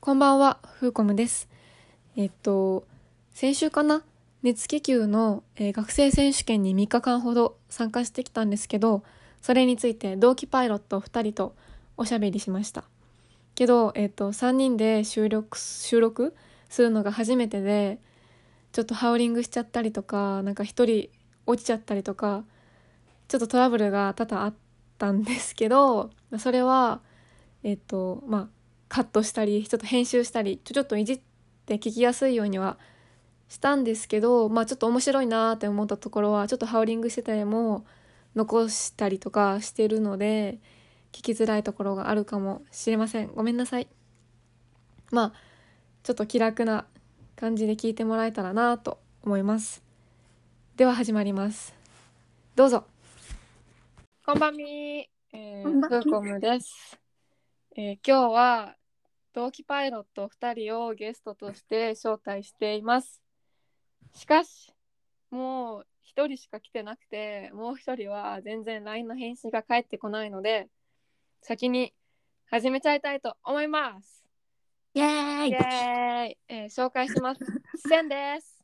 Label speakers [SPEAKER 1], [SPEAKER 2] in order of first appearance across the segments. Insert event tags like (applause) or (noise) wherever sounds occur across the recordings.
[SPEAKER 1] こんばんは、ふうこむです。えっと、先週かな熱気球の、えー学生選手権に3日間ほど参加してきたんですけど、それについて同期パイロット2人とおしゃべりしました。けど、えっと、3人で収録、収録するのが初めてで、ちょっとハウリングしちゃったりとか、なんか1人落ちちゃったりとか、ちょっとトラブルが多々あったんですけど、まあそれは、えっと、まあ、カットしたりちょっと編集したりちょちょっといじって聞きやすいようにはしたんですけど、まあ、ちょっと面白いなーって思ったところはちょっとハウリングしてたりも残したりとかしてるので聞きづらいところがあるかもしれませんごめんなさいまあちょっと気楽な感じで聞いてもらえたらなと思いますでは始まりますどうぞこんばんみえ
[SPEAKER 2] こんばんみ
[SPEAKER 1] ー、コムです、えー、今日は同期パイロット2人をゲストとして招待しています。しかし、もう1人しか来てなくて、もう1人は全然 LINE の返信が返ってこないので、先に始めちゃいたいと思います。
[SPEAKER 2] イエー
[SPEAKER 1] イ
[SPEAKER 2] イ
[SPEAKER 1] エーイ、えー紹介します。せんです。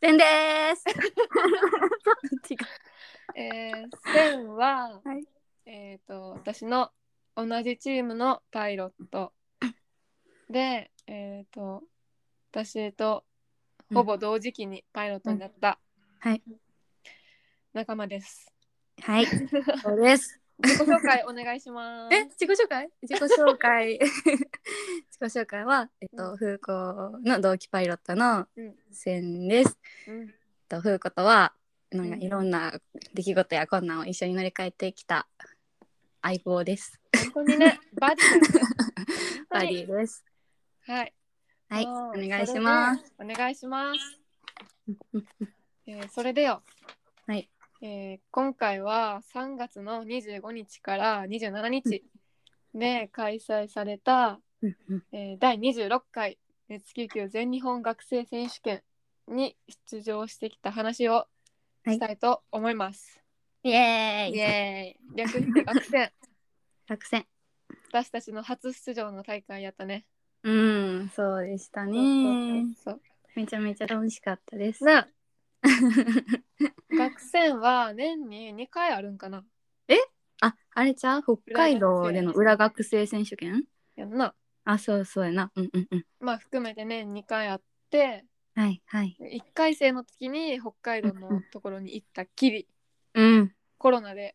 [SPEAKER 2] せんでーすちょっと違
[SPEAKER 1] えー、せんは、
[SPEAKER 2] はい
[SPEAKER 1] えー、と私の同じチームのパイロットで、えー、と私とほぼ同時期にパイロットになった
[SPEAKER 2] うんはい
[SPEAKER 1] 仲間です。
[SPEAKER 2] うはいそうです
[SPEAKER 1] 自己紹介お願いします。
[SPEAKER 2] (laughs) え自己紹介自己紹 (laughs) 介自己紹介はえっと風子の同期パイロットの
[SPEAKER 1] うん
[SPEAKER 2] せんです
[SPEAKER 1] うん
[SPEAKER 2] えっと風子とはなんか
[SPEAKER 1] うん
[SPEAKER 2] いろんな出来事や困難を一緒に乗り換えてきた相棒です
[SPEAKER 1] 本当にね、バディだ
[SPEAKER 2] (laughs)
[SPEAKER 1] ね本当
[SPEAKER 2] バデ
[SPEAKER 1] に
[SPEAKER 2] ィです
[SPEAKER 1] はい。
[SPEAKER 2] はい
[SPEAKER 1] も
[SPEAKER 2] お
[SPEAKER 1] う
[SPEAKER 2] 願いします
[SPEAKER 1] それでお願いし
[SPEAKER 2] (laughs)
[SPEAKER 1] ます。
[SPEAKER 2] うん
[SPEAKER 1] えーそれでよ。
[SPEAKER 2] はい。
[SPEAKER 1] えー今回は3月の25日から27日で開催された、
[SPEAKER 2] うんうん
[SPEAKER 1] えー、第26回熱気球全日本学生選手権に出場してきた話をしたいと思います。
[SPEAKER 2] イエ
[SPEAKER 1] イ
[SPEAKER 2] ーイ
[SPEAKER 1] エーイ略して学
[SPEAKER 2] (laughs)
[SPEAKER 1] 生
[SPEAKER 2] 落選
[SPEAKER 1] 私たちの初出場の大会やったね。
[SPEAKER 2] うんそうでしたね
[SPEAKER 1] そうそう
[SPEAKER 2] めちゃめちゃ楽しかったです
[SPEAKER 1] そうな学生は年に2回あるんかな
[SPEAKER 2] あ、あれちゃう北海道での裏学生選手権
[SPEAKER 1] やんな。
[SPEAKER 2] あ、そうそうやな。うんうんうん。
[SPEAKER 1] まあ含めて年2回あって
[SPEAKER 2] はいはい。
[SPEAKER 1] 1回生の時に北海道のところに行ったっきり
[SPEAKER 2] うん。
[SPEAKER 1] コロナで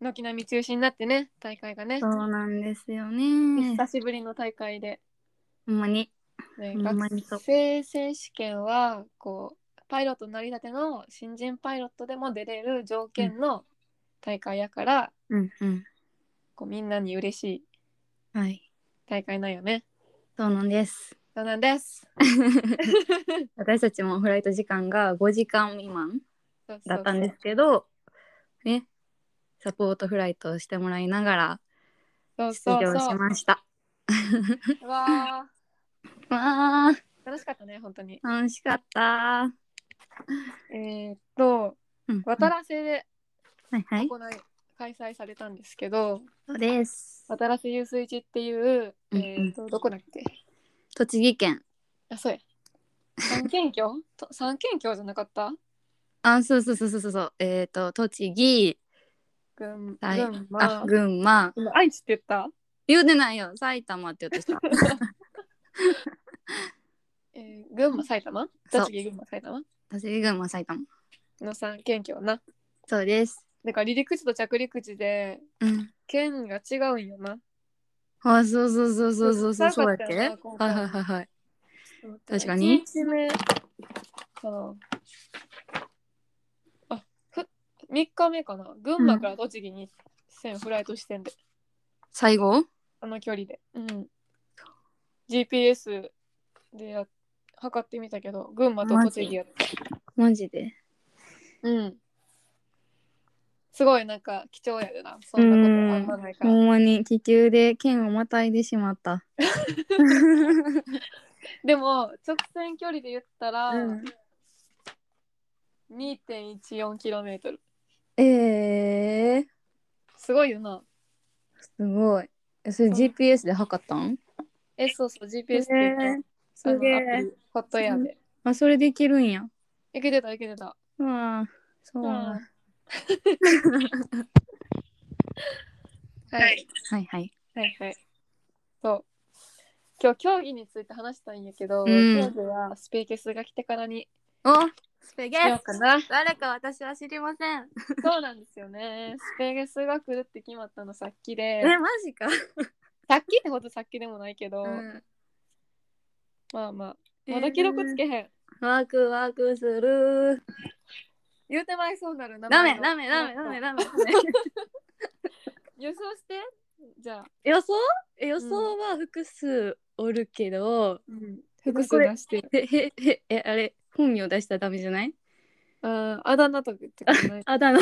[SPEAKER 1] 軒並み中止になってね大会がね
[SPEAKER 2] そうなんですよね。
[SPEAKER 1] 久しぶりの大会で、
[SPEAKER 2] ほんまに。
[SPEAKER 1] ね、
[SPEAKER 2] ほんまにそう
[SPEAKER 1] 学生選手権はこうパイロットになりたての新人パイロットでも出れる条件の大会やから、
[SPEAKER 2] うんうん。
[SPEAKER 1] こうみんなに嬉しい
[SPEAKER 2] はい。
[SPEAKER 1] 大会なんよね。
[SPEAKER 2] そうなんです。
[SPEAKER 1] そうなんです。
[SPEAKER 2] 私たちもフライト時間が5時間未満
[SPEAKER 1] そうそう
[SPEAKER 2] だ
[SPEAKER 1] そう
[SPEAKER 2] ったんですけど、ね、サポートフライトをしてもらいながら
[SPEAKER 1] そう
[SPEAKER 2] 出
[SPEAKER 1] そう
[SPEAKER 2] 場
[SPEAKER 1] そ
[SPEAKER 2] しました。
[SPEAKER 1] う。うわあ
[SPEAKER 2] わあ、
[SPEAKER 1] 楽しかったね本当に。
[SPEAKER 2] 楽しかった。
[SPEAKER 1] えーっと、
[SPEAKER 2] うん、
[SPEAKER 1] 渡良瀬で
[SPEAKER 2] はいはい。
[SPEAKER 1] 行い、開催されたんですけど、
[SPEAKER 2] そうです。
[SPEAKER 1] 渡良瀬遊水地っていう、え
[SPEAKER 2] うんうん
[SPEAKER 1] ーっと、どこだっけ
[SPEAKER 2] 栃木県。
[SPEAKER 1] あ、そうや。三軒峡と三軒峡じゃなかった
[SPEAKER 2] あ、そうそうそうそうそうそう。えっ、と、栃木、
[SPEAKER 1] 群
[SPEAKER 2] はい
[SPEAKER 1] 群
[SPEAKER 2] あ
[SPEAKER 1] 馬、。
[SPEAKER 2] 群馬。
[SPEAKER 1] 今愛知って言っ
[SPEAKER 2] 言うてないよ。埼玉って言うとした。
[SPEAKER 1] た、えー、群馬、埼玉
[SPEAKER 2] そう
[SPEAKER 1] 栃木、群馬、埼玉
[SPEAKER 2] 私、群馬、埼玉。
[SPEAKER 1] の三軒峡な。
[SPEAKER 2] そうです。
[SPEAKER 1] だから離陸地と着陸地で、
[SPEAKER 2] うん。
[SPEAKER 1] 県が違うんよな。
[SPEAKER 2] あ、そうそうそうそうそうそう。そう
[SPEAKER 1] 高
[SPEAKER 2] や
[SPEAKER 1] か
[SPEAKER 2] っ
[SPEAKER 1] った
[SPEAKER 2] け。
[SPEAKER 1] よ
[SPEAKER 2] は
[SPEAKER 1] ない
[SPEAKER 2] はいはいはい。確かに
[SPEAKER 1] 1日目、その、あ、ふ3日目かな。群馬から栃木に線フライトしてんで、
[SPEAKER 2] 最後。
[SPEAKER 1] あの距離で。うん。GPS でや測ってみたけど、群馬と栃木やった。
[SPEAKER 2] マジで。
[SPEAKER 1] うん。すごいなんか貴重やでな。そんなことあんまないから。
[SPEAKER 2] ほんまに気球で県をまたいでしまった。
[SPEAKER 1] でも、直線距離で言ったら、
[SPEAKER 2] うん
[SPEAKER 1] 2 1 4キロメートル
[SPEAKER 2] ええー。
[SPEAKER 1] すごいよな。
[SPEAKER 2] すごい。えそれ
[SPEAKER 1] そう
[SPEAKER 2] G. P. S. で測ったん。
[SPEAKER 1] え、そうそう、GPS っていうか、
[SPEAKER 2] えー
[SPEAKER 1] あの
[SPEAKER 2] すげえ
[SPEAKER 1] アプリホットエアで。
[SPEAKER 2] あ、それできるんや。
[SPEAKER 1] いけてた、いけてた。
[SPEAKER 2] まあ、そう
[SPEAKER 1] うん
[SPEAKER 2] なんだ。
[SPEAKER 1] はい。
[SPEAKER 2] はいはい。
[SPEAKER 1] はいはい。そう。今日競技について話したんやけど、
[SPEAKER 2] うん
[SPEAKER 1] 競技はスペーケスが来てからに
[SPEAKER 2] おスペゲ
[SPEAKER 1] しよう
[SPEAKER 2] ス
[SPEAKER 1] かな。
[SPEAKER 2] 誰か私は知りません。
[SPEAKER 1] そうなんですよね。スペーケスが来るって決まったのさっきで
[SPEAKER 2] え、、マジか。
[SPEAKER 1] さっきってほどさっきでもないけど、
[SPEAKER 2] うん
[SPEAKER 1] まあまあ、まだ記録つけへん。
[SPEAKER 2] ワクワクする。
[SPEAKER 1] 言うてまいそうなるな。
[SPEAKER 2] ダ
[SPEAKER 1] 名
[SPEAKER 2] メ
[SPEAKER 1] 前
[SPEAKER 2] ダ
[SPEAKER 1] の
[SPEAKER 2] メダメダメ。ダメ。
[SPEAKER 1] 予想して。じゃあ、
[SPEAKER 2] (laughs) 予想え予想は複数おるけど、
[SPEAKER 1] 複数出して。
[SPEAKER 2] へへへえあれ本名出したらダメじゃない
[SPEAKER 1] うん、あだ名とかってこと (laughs) ない。
[SPEAKER 2] あだ名。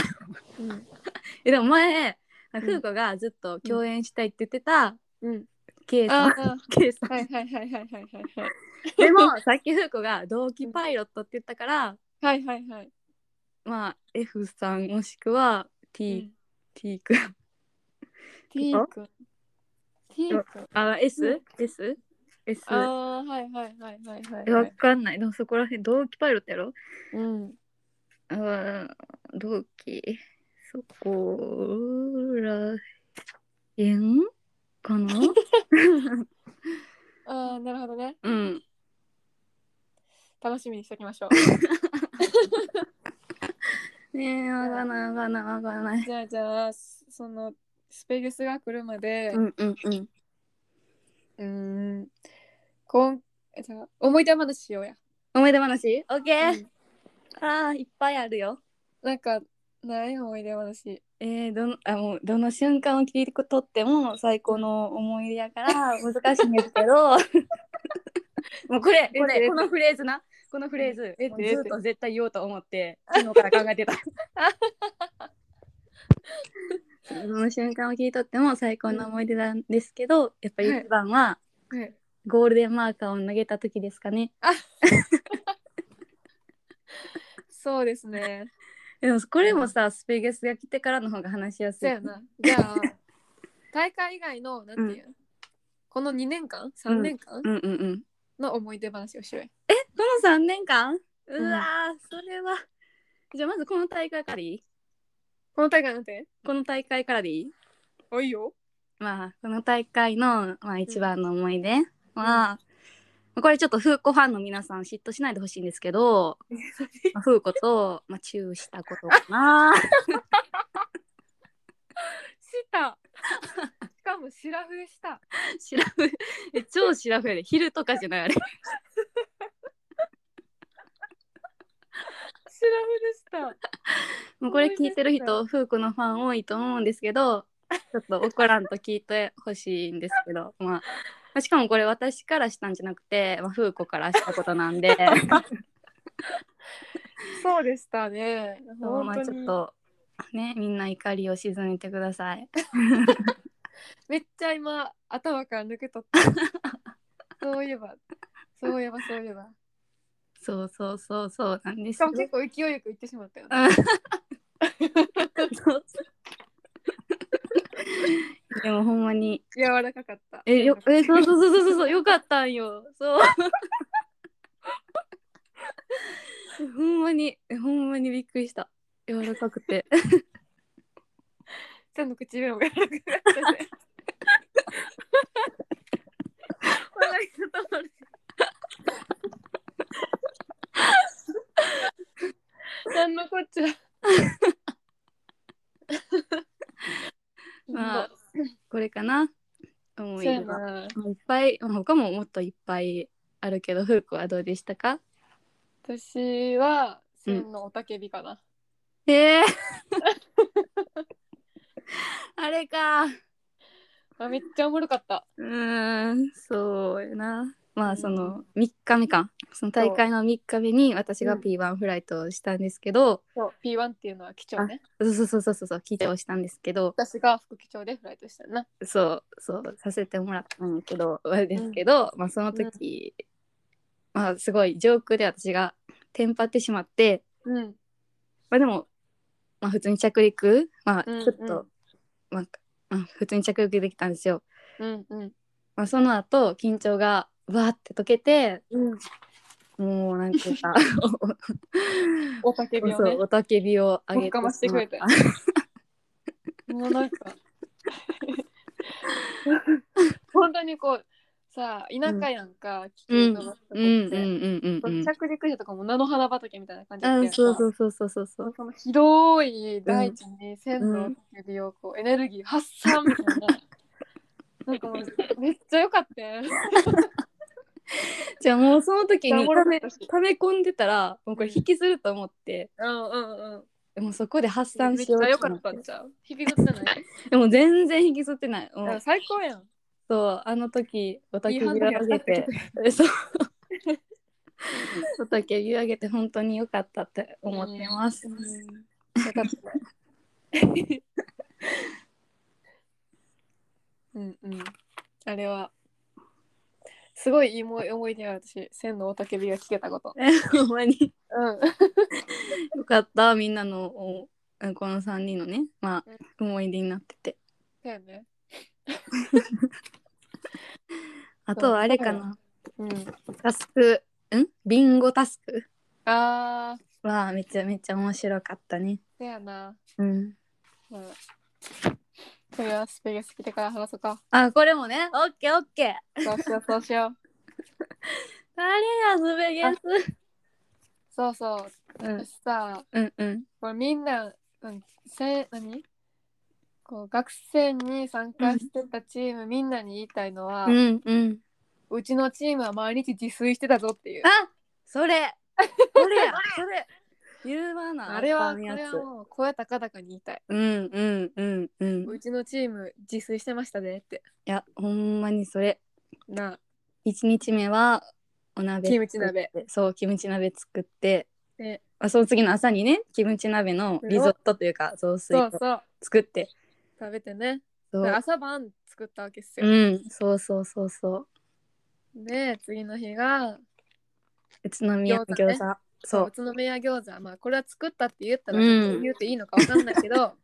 [SPEAKER 1] うん。
[SPEAKER 2] (laughs) えでも前
[SPEAKER 1] ん
[SPEAKER 2] 風子がずっと共演したいって言ってた
[SPEAKER 1] うん。
[SPEAKER 2] ケイさ
[SPEAKER 1] あ
[SPEAKER 2] ん。
[SPEAKER 1] あ、
[SPEAKER 2] ケイさん
[SPEAKER 1] はいはいはいはいはいはいはい。
[SPEAKER 2] (laughs) でもさっき風子が同期パイロットって言ったから、
[SPEAKER 1] はいはいはい。
[SPEAKER 2] まあ F さんもしくは T、T くん。
[SPEAKER 1] T
[SPEAKER 2] こ
[SPEAKER 1] 君。T 君。
[SPEAKER 2] あ S?S?S?
[SPEAKER 1] ああ、はいはいはいはいはい、
[SPEAKER 2] え
[SPEAKER 1] は
[SPEAKER 2] わ
[SPEAKER 1] い。
[SPEAKER 2] かんない。でもそこら辺同期パイロットやろ
[SPEAKER 1] うん。
[SPEAKER 2] うん同期そこらへんか (laughs) な
[SPEAKER 1] ああ、なるほどね。
[SPEAKER 2] うん。
[SPEAKER 1] 楽しみにしておきまし (laughs) ょう。
[SPEAKER 2] ねえわかんないわかんないわかんない。
[SPEAKER 1] じゃあじゃあ、そそのスペゲスが来るまで、
[SPEAKER 2] うんうんうん。
[SPEAKER 1] うーん。こんじゃあ思い出話しようや。
[SPEAKER 2] 思い出話オッケー、
[SPEAKER 1] うん
[SPEAKER 2] あーいっぱいあるよ。
[SPEAKER 1] なんか、ない思い出話。
[SPEAKER 2] えー、どのあもうどの瞬間を切り取っても最高の思い出やから難しいんですけど (laughs) もうこれこ
[SPEAKER 1] え
[SPEAKER 2] れ
[SPEAKER 1] え
[SPEAKER 2] このフレーズなこのフレーズ
[SPEAKER 1] え
[SPEAKER 2] もうずっと絶対言おうと思って昨日から考え (laughs) てたどの瞬間を切り取っても最高の思い出なんですけどやっぱり一番は
[SPEAKER 1] はい。
[SPEAKER 2] ゴールデンマーカーを投げた時ですかね、
[SPEAKER 1] そうです (laughs) ね。
[SPEAKER 2] でもこれもさスペゲスが来てからの方が話しやす
[SPEAKER 1] そ
[SPEAKER 2] いう
[SPEAKER 1] やな。じゃあ、大会以外の、なんていう、この2年間 ?3 年間、
[SPEAKER 2] うんうんうん
[SPEAKER 1] の思い出話をしようや。
[SPEAKER 2] この3年間うわー、
[SPEAKER 1] ん
[SPEAKER 2] それはじゃあまずこの大会からでいい
[SPEAKER 1] この大会なんて
[SPEAKER 2] この大会からでいい
[SPEAKER 1] おい
[SPEAKER 2] (laughs)
[SPEAKER 1] よ。
[SPEAKER 2] まあこの大会の、まあ、一番の思い出は、これちょっと風子ファンの皆さん嫉妬しないでほしいんですけどまあ風子と、まあ、チューしたことかな (laughs)
[SPEAKER 1] した。しかも、シラフでした。
[SPEAKER 2] シラフえ超シラフやで昼とかじゃないあれ
[SPEAKER 1] シラフでした。
[SPEAKER 2] もうこれ聞いてる人風子のファン多いと思うんですけどちょっと怒らんと聞いてほしいんですけど、まあまあ、しかもこれ私からしたんじゃなくて、まあ、風子からしたことなんで
[SPEAKER 1] そうでしたね。
[SPEAKER 2] そうま
[SPEAKER 1] 本
[SPEAKER 2] あ
[SPEAKER 1] 当
[SPEAKER 2] ちょっ
[SPEAKER 1] に
[SPEAKER 2] とねみんな怒りを沈めてください。
[SPEAKER 1] めっちゃ今頭から抜けとった。そういえば、そういえば、そういえば。
[SPEAKER 2] そうそうそうそうなんで
[SPEAKER 1] し
[SPEAKER 2] す
[SPEAKER 1] か
[SPEAKER 2] よ
[SPEAKER 1] も。結構勢いよく言ってしまったよね。
[SPEAKER 2] (laughs) でもほんまに
[SPEAKER 1] 柔らかかった。
[SPEAKER 2] えよえそうそうそうそうそうよかったんよそう (laughs) ほんまにほんまにびっくりした柔らかくて
[SPEAKER 1] ちゃんの唇も柔らかかったね。なんのこっちゃ。
[SPEAKER 2] まあこれかな
[SPEAKER 1] そ
[SPEAKER 2] 思
[SPEAKER 1] う
[SPEAKER 2] い
[SPEAKER 1] や
[SPEAKER 2] 出が
[SPEAKER 1] な。
[SPEAKER 2] もういっぱいまあ他ももっといっぱいあるけどふうこはどうでしたか
[SPEAKER 1] 私は、千のおたけびかな。
[SPEAKER 2] えー、 (laughs) あれかう
[SPEAKER 1] あめっちゃおもろかった。
[SPEAKER 2] ーんそうやなま
[SPEAKER 1] う
[SPEAKER 2] あ
[SPEAKER 1] ん
[SPEAKER 2] その3日目かその大会の3日目に私が P1 フライトをしたんですけど、
[SPEAKER 1] そう P1 っていうのは基調ね。
[SPEAKER 2] そうそうそうそうそう緊張したんですけど
[SPEAKER 1] 私が副基調でフライトしたな。
[SPEAKER 2] そうそうさせてもらったんやけどあれですけど、まあその時、まあすごい上空で私がテンパってしまって
[SPEAKER 1] うん。
[SPEAKER 2] まあでも、まあ、普通に着陸まあち
[SPEAKER 1] うんう
[SPEAKER 2] ょ
[SPEAKER 1] ん
[SPEAKER 2] っと、まあまあ普通に着陸できたんですよ
[SPEAKER 1] うんうん。
[SPEAKER 2] まあ、その後緊張がわーって解けて
[SPEAKER 1] うん。
[SPEAKER 2] もうなん
[SPEAKER 1] (laughs)
[SPEAKER 2] ていうか
[SPEAKER 1] おたけびを
[SPEAKER 2] そ
[SPEAKER 1] ね
[SPEAKER 2] う。おたけびをあげて
[SPEAKER 1] 僕が増してくれて
[SPEAKER 2] しまっ
[SPEAKER 1] (laughs)
[SPEAKER 2] た
[SPEAKER 1] もうなんか本当にこうさあ田舎やんか、気
[SPEAKER 2] うん
[SPEAKER 1] 球
[SPEAKER 2] う
[SPEAKER 1] の
[SPEAKER 2] ん
[SPEAKER 1] とこ
[SPEAKER 2] うんうんうんうん
[SPEAKER 1] 着陸車とかも菜の花畑みたいな感じ
[SPEAKER 2] あ
[SPEAKER 1] で
[SPEAKER 2] そうそうそうそうそうそう
[SPEAKER 1] その広い大地に線路の指をこう、エネルギー発散みたいな
[SPEAKER 2] (laughs)
[SPEAKER 1] なんかもうめっちゃ良かったよ
[SPEAKER 2] じゃあもうその時
[SPEAKER 1] めっちゃお
[SPEAKER 2] に
[SPEAKER 1] もろ
[SPEAKER 2] た
[SPEAKER 1] か
[SPEAKER 2] め
[SPEAKER 1] ったした
[SPEAKER 2] め込んでたらもうこれ引きずると思って
[SPEAKER 1] うんうんうん
[SPEAKER 2] もうそこで発散
[SPEAKER 1] めっ
[SPEAKER 2] し
[SPEAKER 1] ち
[SPEAKER 2] よう
[SPEAKER 1] ゃ
[SPEAKER 2] と
[SPEAKER 1] 良か
[SPEAKER 2] 思
[SPEAKER 1] ってたんちゃう引きずってない
[SPEAKER 2] でも全然引きずってないもう
[SPEAKER 1] あ最高やん
[SPEAKER 2] そうあの時おた
[SPEAKER 1] いい
[SPEAKER 2] けびを
[SPEAKER 1] 判断や
[SPEAKER 2] あげてえそう (laughs) おたけびをあげて本当に良かったって思ってます、
[SPEAKER 1] うんよかったねうんうん。あれは、すごいいい思い思い出が私、千の雄たけびが聞けたこと。
[SPEAKER 2] えほんまに
[SPEAKER 1] うん。
[SPEAKER 2] よかったみんなのおこの3人のねまあ思い出になってて
[SPEAKER 1] だよね。
[SPEAKER 2] あとはあれかな
[SPEAKER 1] うん。
[SPEAKER 2] タスクんビンゴタスク
[SPEAKER 1] あー、
[SPEAKER 2] はめちゃめちゃ面白かったね
[SPEAKER 1] せやな。
[SPEAKER 2] うん
[SPEAKER 1] うん。それはスペゲス来てから話そうか。
[SPEAKER 2] あこれもねオッケーオッケー
[SPEAKER 1] そうしよう、そうしよう。
[SPEAKER 2] あれやスベゲス
[SPEAKER 1] そうそう。
[SPEAKER 2] うん
[SPEAKER 1] 私さ、
[SPEAKER 2] うんうん
[SPEAKER 1] これみんな、うん、せ何こう学生に参加してたチーム、みんなに言いたいのは、
[SPEAKER 2] うんうん
[SPEAKER 1] うちのチームは毎日自炊してたぞっていう。
[SPEAKER 2] あそれこれや (laughs) それ言うわな
[SPEAKER 1] あれは、
[SPEAKER 2] あ
[SPEAKER 1] こ
[SPEAKER 2] かん
[SPEAKER 1] れ
[SPEAKER 2] やつ
[SPEAKER 1] はもう声高々に言いたい。
[SPEAKER 2] うんうんうんうん
[SPEAKER 1] う
[SPEAKER 2] い
[SPEAKER 1] ちのチーム自炊してましたねって。
[SPEAKER 2] やほんまにそれ
[SPEAKER 1] なあ。
[SPEAKER 2] 1日目はお鍋
[SPEAKER 1] キムチ鍋
[SPEAKER 2] 作ってそうキムチ鍋作って
[SPEAKER 1] で
[SPEAKER 2] あその次の朝にねキムチ鍋のリゾットというか雑炊
[SPEAKER 1] そう
[SPEAKER 2] を
[SPEAKER 1] そう。
[SPEAKER 2] 作って
[SPEAKER 1] 食べてね。
[SPEAKER 2] そう
[SPEAKER 1] で朝晩作ったわけっすよ。
[SPEAKER 2] うんそうそうそうそう
[SPEAKER 1] で、次の日が、
[SPEAKER 2] 宇都宮の
[SPEAKER 1] 餃
[SPEAKER 2] 餃
[SPEAKER 1] 子
[SPEAKER 2] 子
[SPEAKER 1] ね
[SPEAKER 2] そ
[SPEAKER 1] 宇
[SPEAKER 2] う
[SPEAKER 1] 都宮餃子。まあ、これは作ったって言ったら、
[SPEAKER 2] うん
[SPEAKER 1] 言うていいのかわかんないけ
[SPEAKER 2] (laughs)
[SPEAKER 1] ど、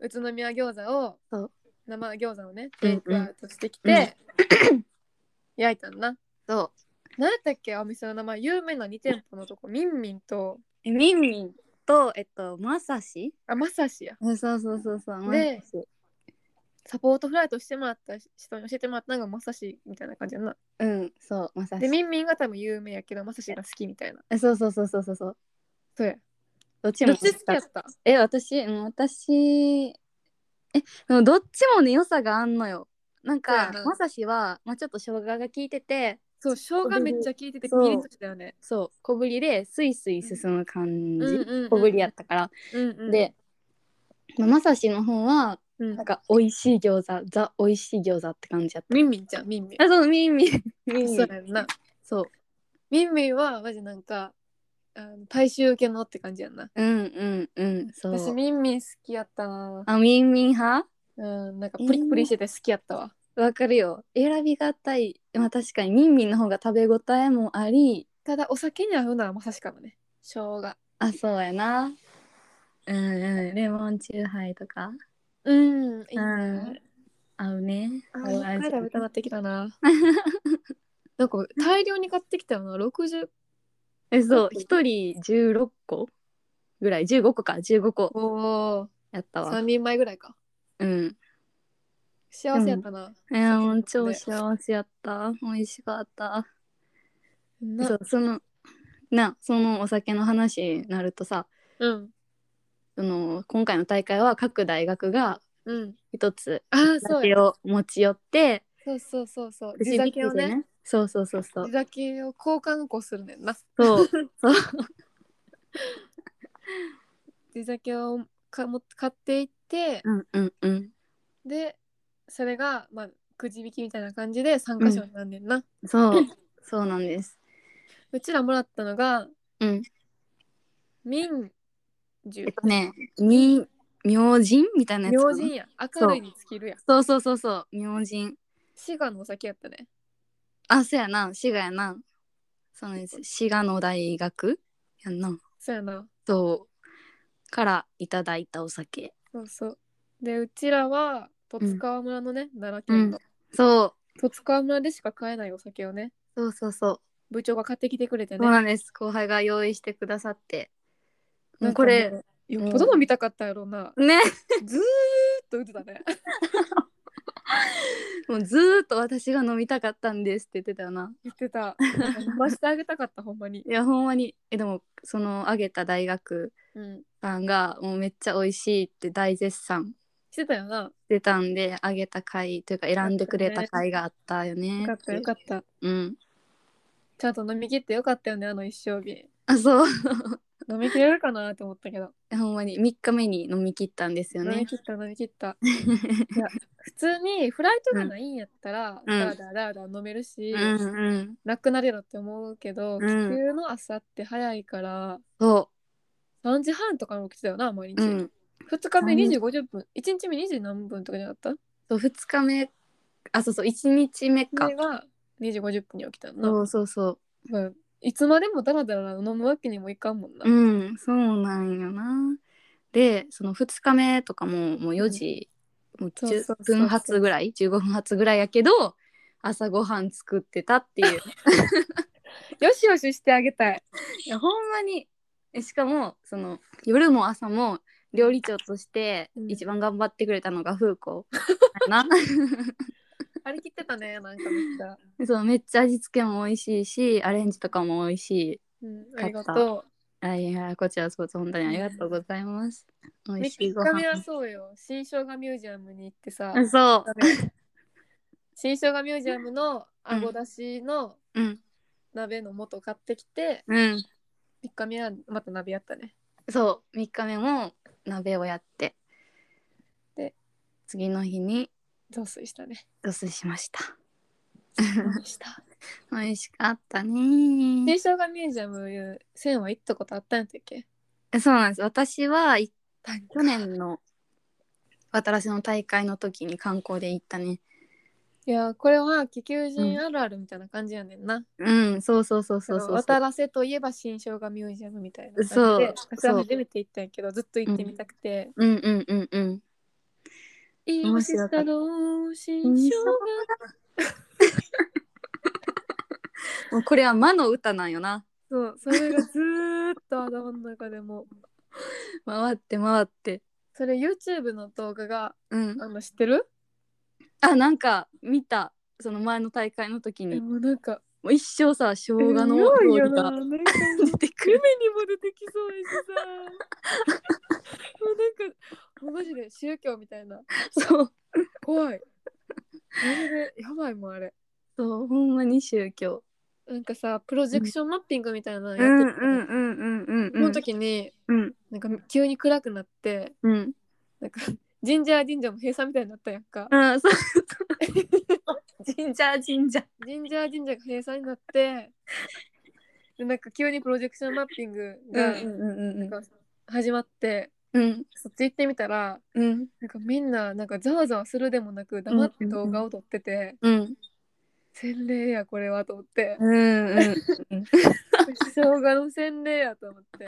[SPEAKER 1] 宇都宮餃子を
[SPEAKER 2] そう、
[SPEAKER 1] 生餃子をね、
[SPEAKER 2] うん
[SPEAKER 1] テ
[SPEAKER 2] うん
[SPEAKER 1] イクアウトしてきて、焼いたんな。
[SPEAKER 2] そう
[SPEAKER 1] 何やったっけお店の名前、有名な2店舗のとこ、みんみんと、
[SPEAKER 2] えみんみんとえっとまさし
[SPEAKER 1] あ、まさしや。
[SPEAKER 2] そうそうそうそうま
[SPEAKER 1] で
[SPEAKER 2] さし
[SPEAKER 1] サポートフライトしてもらった人に教えてもらったのがまさしみたいな感じやな。
[SPEAKER 2] うんそうまさし
[SPEAKER 1] で、みんみんが多分有名やけど、まさしが好きみたいな。
[SPEAKER 2] えそうそうそうそうそうそう
[SPEAKER 1] そうや。
[SPEAKER 2] どっち
[SPEAKER 1] どっ
[SPEAKER 2] も
[SPEAKER 1] ち好きやった
[SPEAKER 2] え私うん私えでもどっちもね良さがあんのよなんか
[SPEAKER 1] そうやな
[SPEAKER 2] まさしは、まあ、ちょっと生姜が効いてて
[SPEAKER 1] そう、生姜めっちゃ効いててピ
[SPEAKER 2] そう
[SPEAKER 1] リッとしたよね。
[SPEAKER 2] そう小ぶりでスイスイ進む感じ、
[SPEAKER 1] うんうんうんうん
[SPEAKER 2] 小ぶりやったから、
[SPEAKER 1] うんうん、
[SPEAKER 2] で、まあ、まさしの方は
[SPEAKER 1] うん
[SPEAKER 2] なん、か美味しい餃子ザ美味しい餃子って感じやった
[SPEAKER 1] みんみんちゃん、みんみん。
[SPEAKER 2] あそうみんみんみんみん
[SPEAKER 1] そうやんな。
[SPEAKER 2] そう
[SPEAKER 1] みんみんはマジなんか、あの大衆受けのって感じやんな。
[SPEAKER 2] うんうんうんそ
[SPEAKER 1] 私、
[SPEAKER 2] う
[SPEAKER 1] みんみん好きやったな。
[SPEAKER 2] あみんみん派
[SPEAKER 1] うん、なんかプリプリしてて好きやったわ。
[SPEAKER 2] わかるよ選びがたいまあ確かにみんみんの方が食べ応えもあり
[SPEAKER 1] ただ、お酒に合うのはまさしかもね。生姜。
[SPEAKER 2] あそうやなうんうんレモンチューハイとか
[SPEAKER 1] うん、いいね。
[SPEAKER 2] うん合うね
[SPEAKER 1] あ
[SPEAKER 2] 合う
[SPEAKER 1] ー、一
[SPEAKER 2] 味
[SPEAKER 1] 回食べたなってきたな。なんか大量に買ってきたよな、60。
[SPEAKER 2] えそう一人16個ぐらい15個か15個
[SPEAKER 1] おお、
[SPEAKER 2] やっ
[SPEAKER 1] 3
[SPEAKER 2] たわ
[SPEAKER 1] 人前ぐらいか。
[SPEAKER 2] うん
[SPEAKER 1] 幸せやったな。
[SPEAKER 2] いやもう超幸せやった美味しかった
[SPEAKER 1] な
[SPEAKER 2] そうそのなそのお酒の話になるとさ
[SPEAKER 1] うん。
[SPEAKER 2] その今回の大会は各大学が
[SPEAKER 1] うん。
[SPEAKER 2] 一つ
[SPEAKER 1] ああ、そう
[SPEAKER 2] 酒
[SPEAKER 1] や。
[SPEAKER 2] を持ち寄って
[SPEAKER 1] そうそうそうそう。
[SPEAKER 2] くじ
[SPEAKER 1] 地
[SPEAKER 2] 引
[SPEAKER 1] 酒
[SPEAKER 2] き
[SPEAKER 1] を
[SPEAKER 2] で
[SPEAKER 1] ね。
[SPEAKER 2] ねそうそうそうそう
[SPEAKER 1] 地酒を交換こうするねんな。
[SPEAKER 2] そうそう
[SPEAKER 1] 地酒をかも買っていって、
[SPEAKER 2] うんうんうん
[SPEAKER 1] で、それが、まあ、くじ引きみたいな感じで参加賞になんねんな。う (laughs)
[SPEAKER 2] そうそうなんです
[SPEAKER 1] ちらもらったのが、
[SPEAKER 2] うん
[SPEAKER 1] 民樹
[SPEAKER 2] えっ。とねに明神みたいなやつか
[SPEAKER 1] 明
[SPEAKER 2] な
[SPEAKER 1] 神や。明るいに尽きるや。
[SPEAKER 2] そうそうそうそう明神
[SPEAKER 1] 滋賀のお酒やったね。
[SPEAKER 2] あそうやな滋賀やなそうです滋賀の大学やんな
[SPEAKER 1] そうやな。
[SPEAKER 2] そうからいただいたお酒
[SPEAKER 1] そうそう。で、うちらは、十津川村のね、奈良県の
[SPEAKER 2] そう
[SPEAKER 1] 戸塚村でしか買えないお酒をね
[SPEAKER 2] そうそうそう
[SPEAKER 1] 部長が買ってきてくれて
[SPEAKER 2] そう
[SPEAKER 1] ね
[SPEAKER 2] なんです後輩が用意してくださっても
[SPEAKER 1] な
[SPEAKER 2] うん
[SPEAKER 1] か
[SPEAKER 2] これ
[SPEAKER 1] もうよっぽど飲みたかったやろうな、
[SPEAKER 2] ね
[SPEAKER 1] ずーっと打ってたね (laughs)
[SPEAKER 2] もうずーっと私が飲みたかったんですって言ってたよな
[SPEAKER 1] 言って
[SPEAKER 2] (laughs)
[SPEAKER 1] たなんか飲ましてあげたかったほんまに
[SPEAKER 2] いやほんまにえでもそのあげた大学
[SPEAKER 1] うん
[SPEAKER 2] さんがもうめっちゃ美味しいって大絶賛
[SPEAKER 1] してたよな
[SPEAKER 2] してたんであげた回というか選んでくれた回があったよね
[SPEAKER 1] よかったよかった
[SPEAKER 2] うん
[SPEAKER 1] ちゃんと飲み切ってよかったよねあの一生日
[SPEAKER 2] あそう
[SPEAKER 1] 飲み切れるかなって思ったけど、
[SPEAKER 2] ほんまに3日目に飲み切ったんですよ
[SPEAKER 1] 飲み
[SPEAKER 2] ね
[SPEAKER 1] 切った飲み切った
[SPEAKER 2] (laughs)
[SPEAKER 1] いや普通にフライトがないんやったら、
[SPEAKER 2] うん
[SPEAKER 1] だらだらだら飲めるし、
[SPEAKER 2] うんうん
[SPEAKER 1] 楽なれろって思うけど、
[SPEAKER 2] ん
[SPEAKER 1] 気球の朝って早いから
[SPEAKER 2] そ
[SPEAKER 1] 3時半とかに起きてたよな毎日、
[SPEAKER 2] ううん
[SPEAKER 1] 2日目
[SPEAKER 2] うん
[SPEAKER 1] 2時50分1日目2時何分とかじゃなかった
[SPEAKER 2] そう2日目あそうそう1日目か
[SPEAKER 1] では2時50分に起きた
[SPEAKER 2] そ
[SPEAKER 1] の
[SPEAKER 2] うそうそう
[SPEAKER 1] な、うんいつまでもダラダラ飲むわけにもいかんもんな、
[SPEAKER 2] うん、そうなんよな。で、その2日目とかももう4時、もう
[SPEAKER 1] そうそうそう
[SPEAKER 2] 10分発ぐらい、15分発ぐらいやけど、朝ごはん作ってたって
[SPEAKER 1] (laughs)
[SPEAKER 2] いう。
[SPEAKER 1] よしよししてあげたい
[SPEAKER 2] いやほんまに。えしかも、その夜も朝も料理長として
[SPEAKER 1] うん
[SPEAKER 2] 一番頑張ってくれたのが風子。
[SPEAKER 1] (laughs)
[SPEAKER 2] な (laughs)
[SPEAKER 1] 張り切ってたねなんかめっちゃ、
[SPEAKER 2] そうめっちゃ味付けも美味しいし、アレンジとかも美味しい。
[SPEAKER 1] うん、ありがと
[SPEAKER 2] あいや、こちらこそ本当にありがとうございます。
[SPEAKER 1] う
[SPEAKER 2] 美味
[SPEAKER 1] 3
[SPEAKER 2] しい
[SPEAKER 1] 日
[SPEAKER 2] ご飯
[SPEAKER 1] 目。はそうよ新生姜ミュージアムに行ってさ
[SPEAKER 2] あそ
[SPEAKER 1] 新生姜ミュージアムのあごだしの
[SPEAKER 2] う。うん。
[SPEAKER 1] 鍋の素買ってきて、
[SPEAKER 2] うん。
[SPEAKER 1] 3日目はまた鍋やったね
[SPEAKER 2] そう3日目も鍋をやって
[SPEAKER 1] で
[SPEAKER 2] 次の日に
[SPEAKER 1] 雑炊したね
[SPEAKER 2] ドスしました
[SPEAKER 1] した
[SPEAKER 2] 美味しかったね
[SPEAKER 1] 新生姜ミュージアムいう線は行ったことあったんやったっけ
[SPEAKER 2] そうなんです私はい去年の私の大会の時に観光で行ったね
[SPEAKER 1] いやこれは気球人あるあるみたいな感じやねんな、
[SPEAKER 2] うんそうそうそうそうそう
[SPEAKER 1] 渡らせといえば新生姜ミュージアムみたいな感じで
[SPEAKER 2] そう
[SPEAKER 1] 私は初めて行ったんやけどずっと行ってみたくて
[SPEAKER 2] うんうんうんうん
[SPEAKER 1] 「いい星だろう新生姜
[SPEAKER 2] もうこれは魔の歌なんよな」
[SPEAKER 1] そうそれがずーっと頭の中でも
[SPEAKER 2] 回って回って
[SPEAKER 1] それ YouTube の動画が
[SPEAKER 2] うん
[SPEAKER 1] あの知ってる
[SPEAKER 2] あなんか見たその前の大会の時
[SPEAKER 1] で
[SPEAKER 2] にも
[SPEAKER 1] もなんか
[SPEAKER 2] う一生さ生姜の
[SPEAKER 1] 匂い
[SPEAKER 2] 料
[SPEAKER 1] よ
[SPEAKER 2] 理
[SPEAKER 1] な
[SPEAKER 2] が
[SPEAKER 1] なんかもう
[SPEAKER 2] 出てくる
[SPEAKER 1] 夢にも出てきそうやしさ
[SPEAKER 2] (laughs)
[SPEAKER 1] もうなんかもうマジで宗教みたいな
[SPEAKER 2] そう
[SPEAKER 1] 怖いマジでやばいもんあれ
[SPEAKER 2] そうほんまに宗教
[SPEAKER 1] なんかさプロジェクションマッピングみたいなのや
[SPEAKER 2] う
[SPEAKER 1] ってたの
[SPEAKER 2] んうんうん
[SPEAKER 1] その時に
[SPEAKER 2] うん
[SPEAKER 1] なんか急に暗くなって
[SPEAKER 2] うん
[SPEAKER 1] なんか神社や神社も閉鎖みたいになったやんか
[SPEAKER 2] うんそうそう (laughs) 神社神社
[SPEAKER 1] 神社や神社が閉鎖になってでなんか急にプロジェクションマッピングが
[SPEAKER 2] うん
[SPEAKER 1] なんか始まって、
[SPEAKER 2] うん
[SPEAKER 1] そっち行ってみたら
[SPEAKER 2] うん
[SPEAKER 1] なんかみんななんかざわざわするでもなく黙って動画を撮ってて、
[SPEAKER 2] うん
[SPEAKER 1] 洗礼やこれはと思
[SPEAKER 2] (laughs)
[SPEAKER 1] って
[SPEAKER 2] うんうん
[SPEAKER 1] 生姜の洗礼やと思って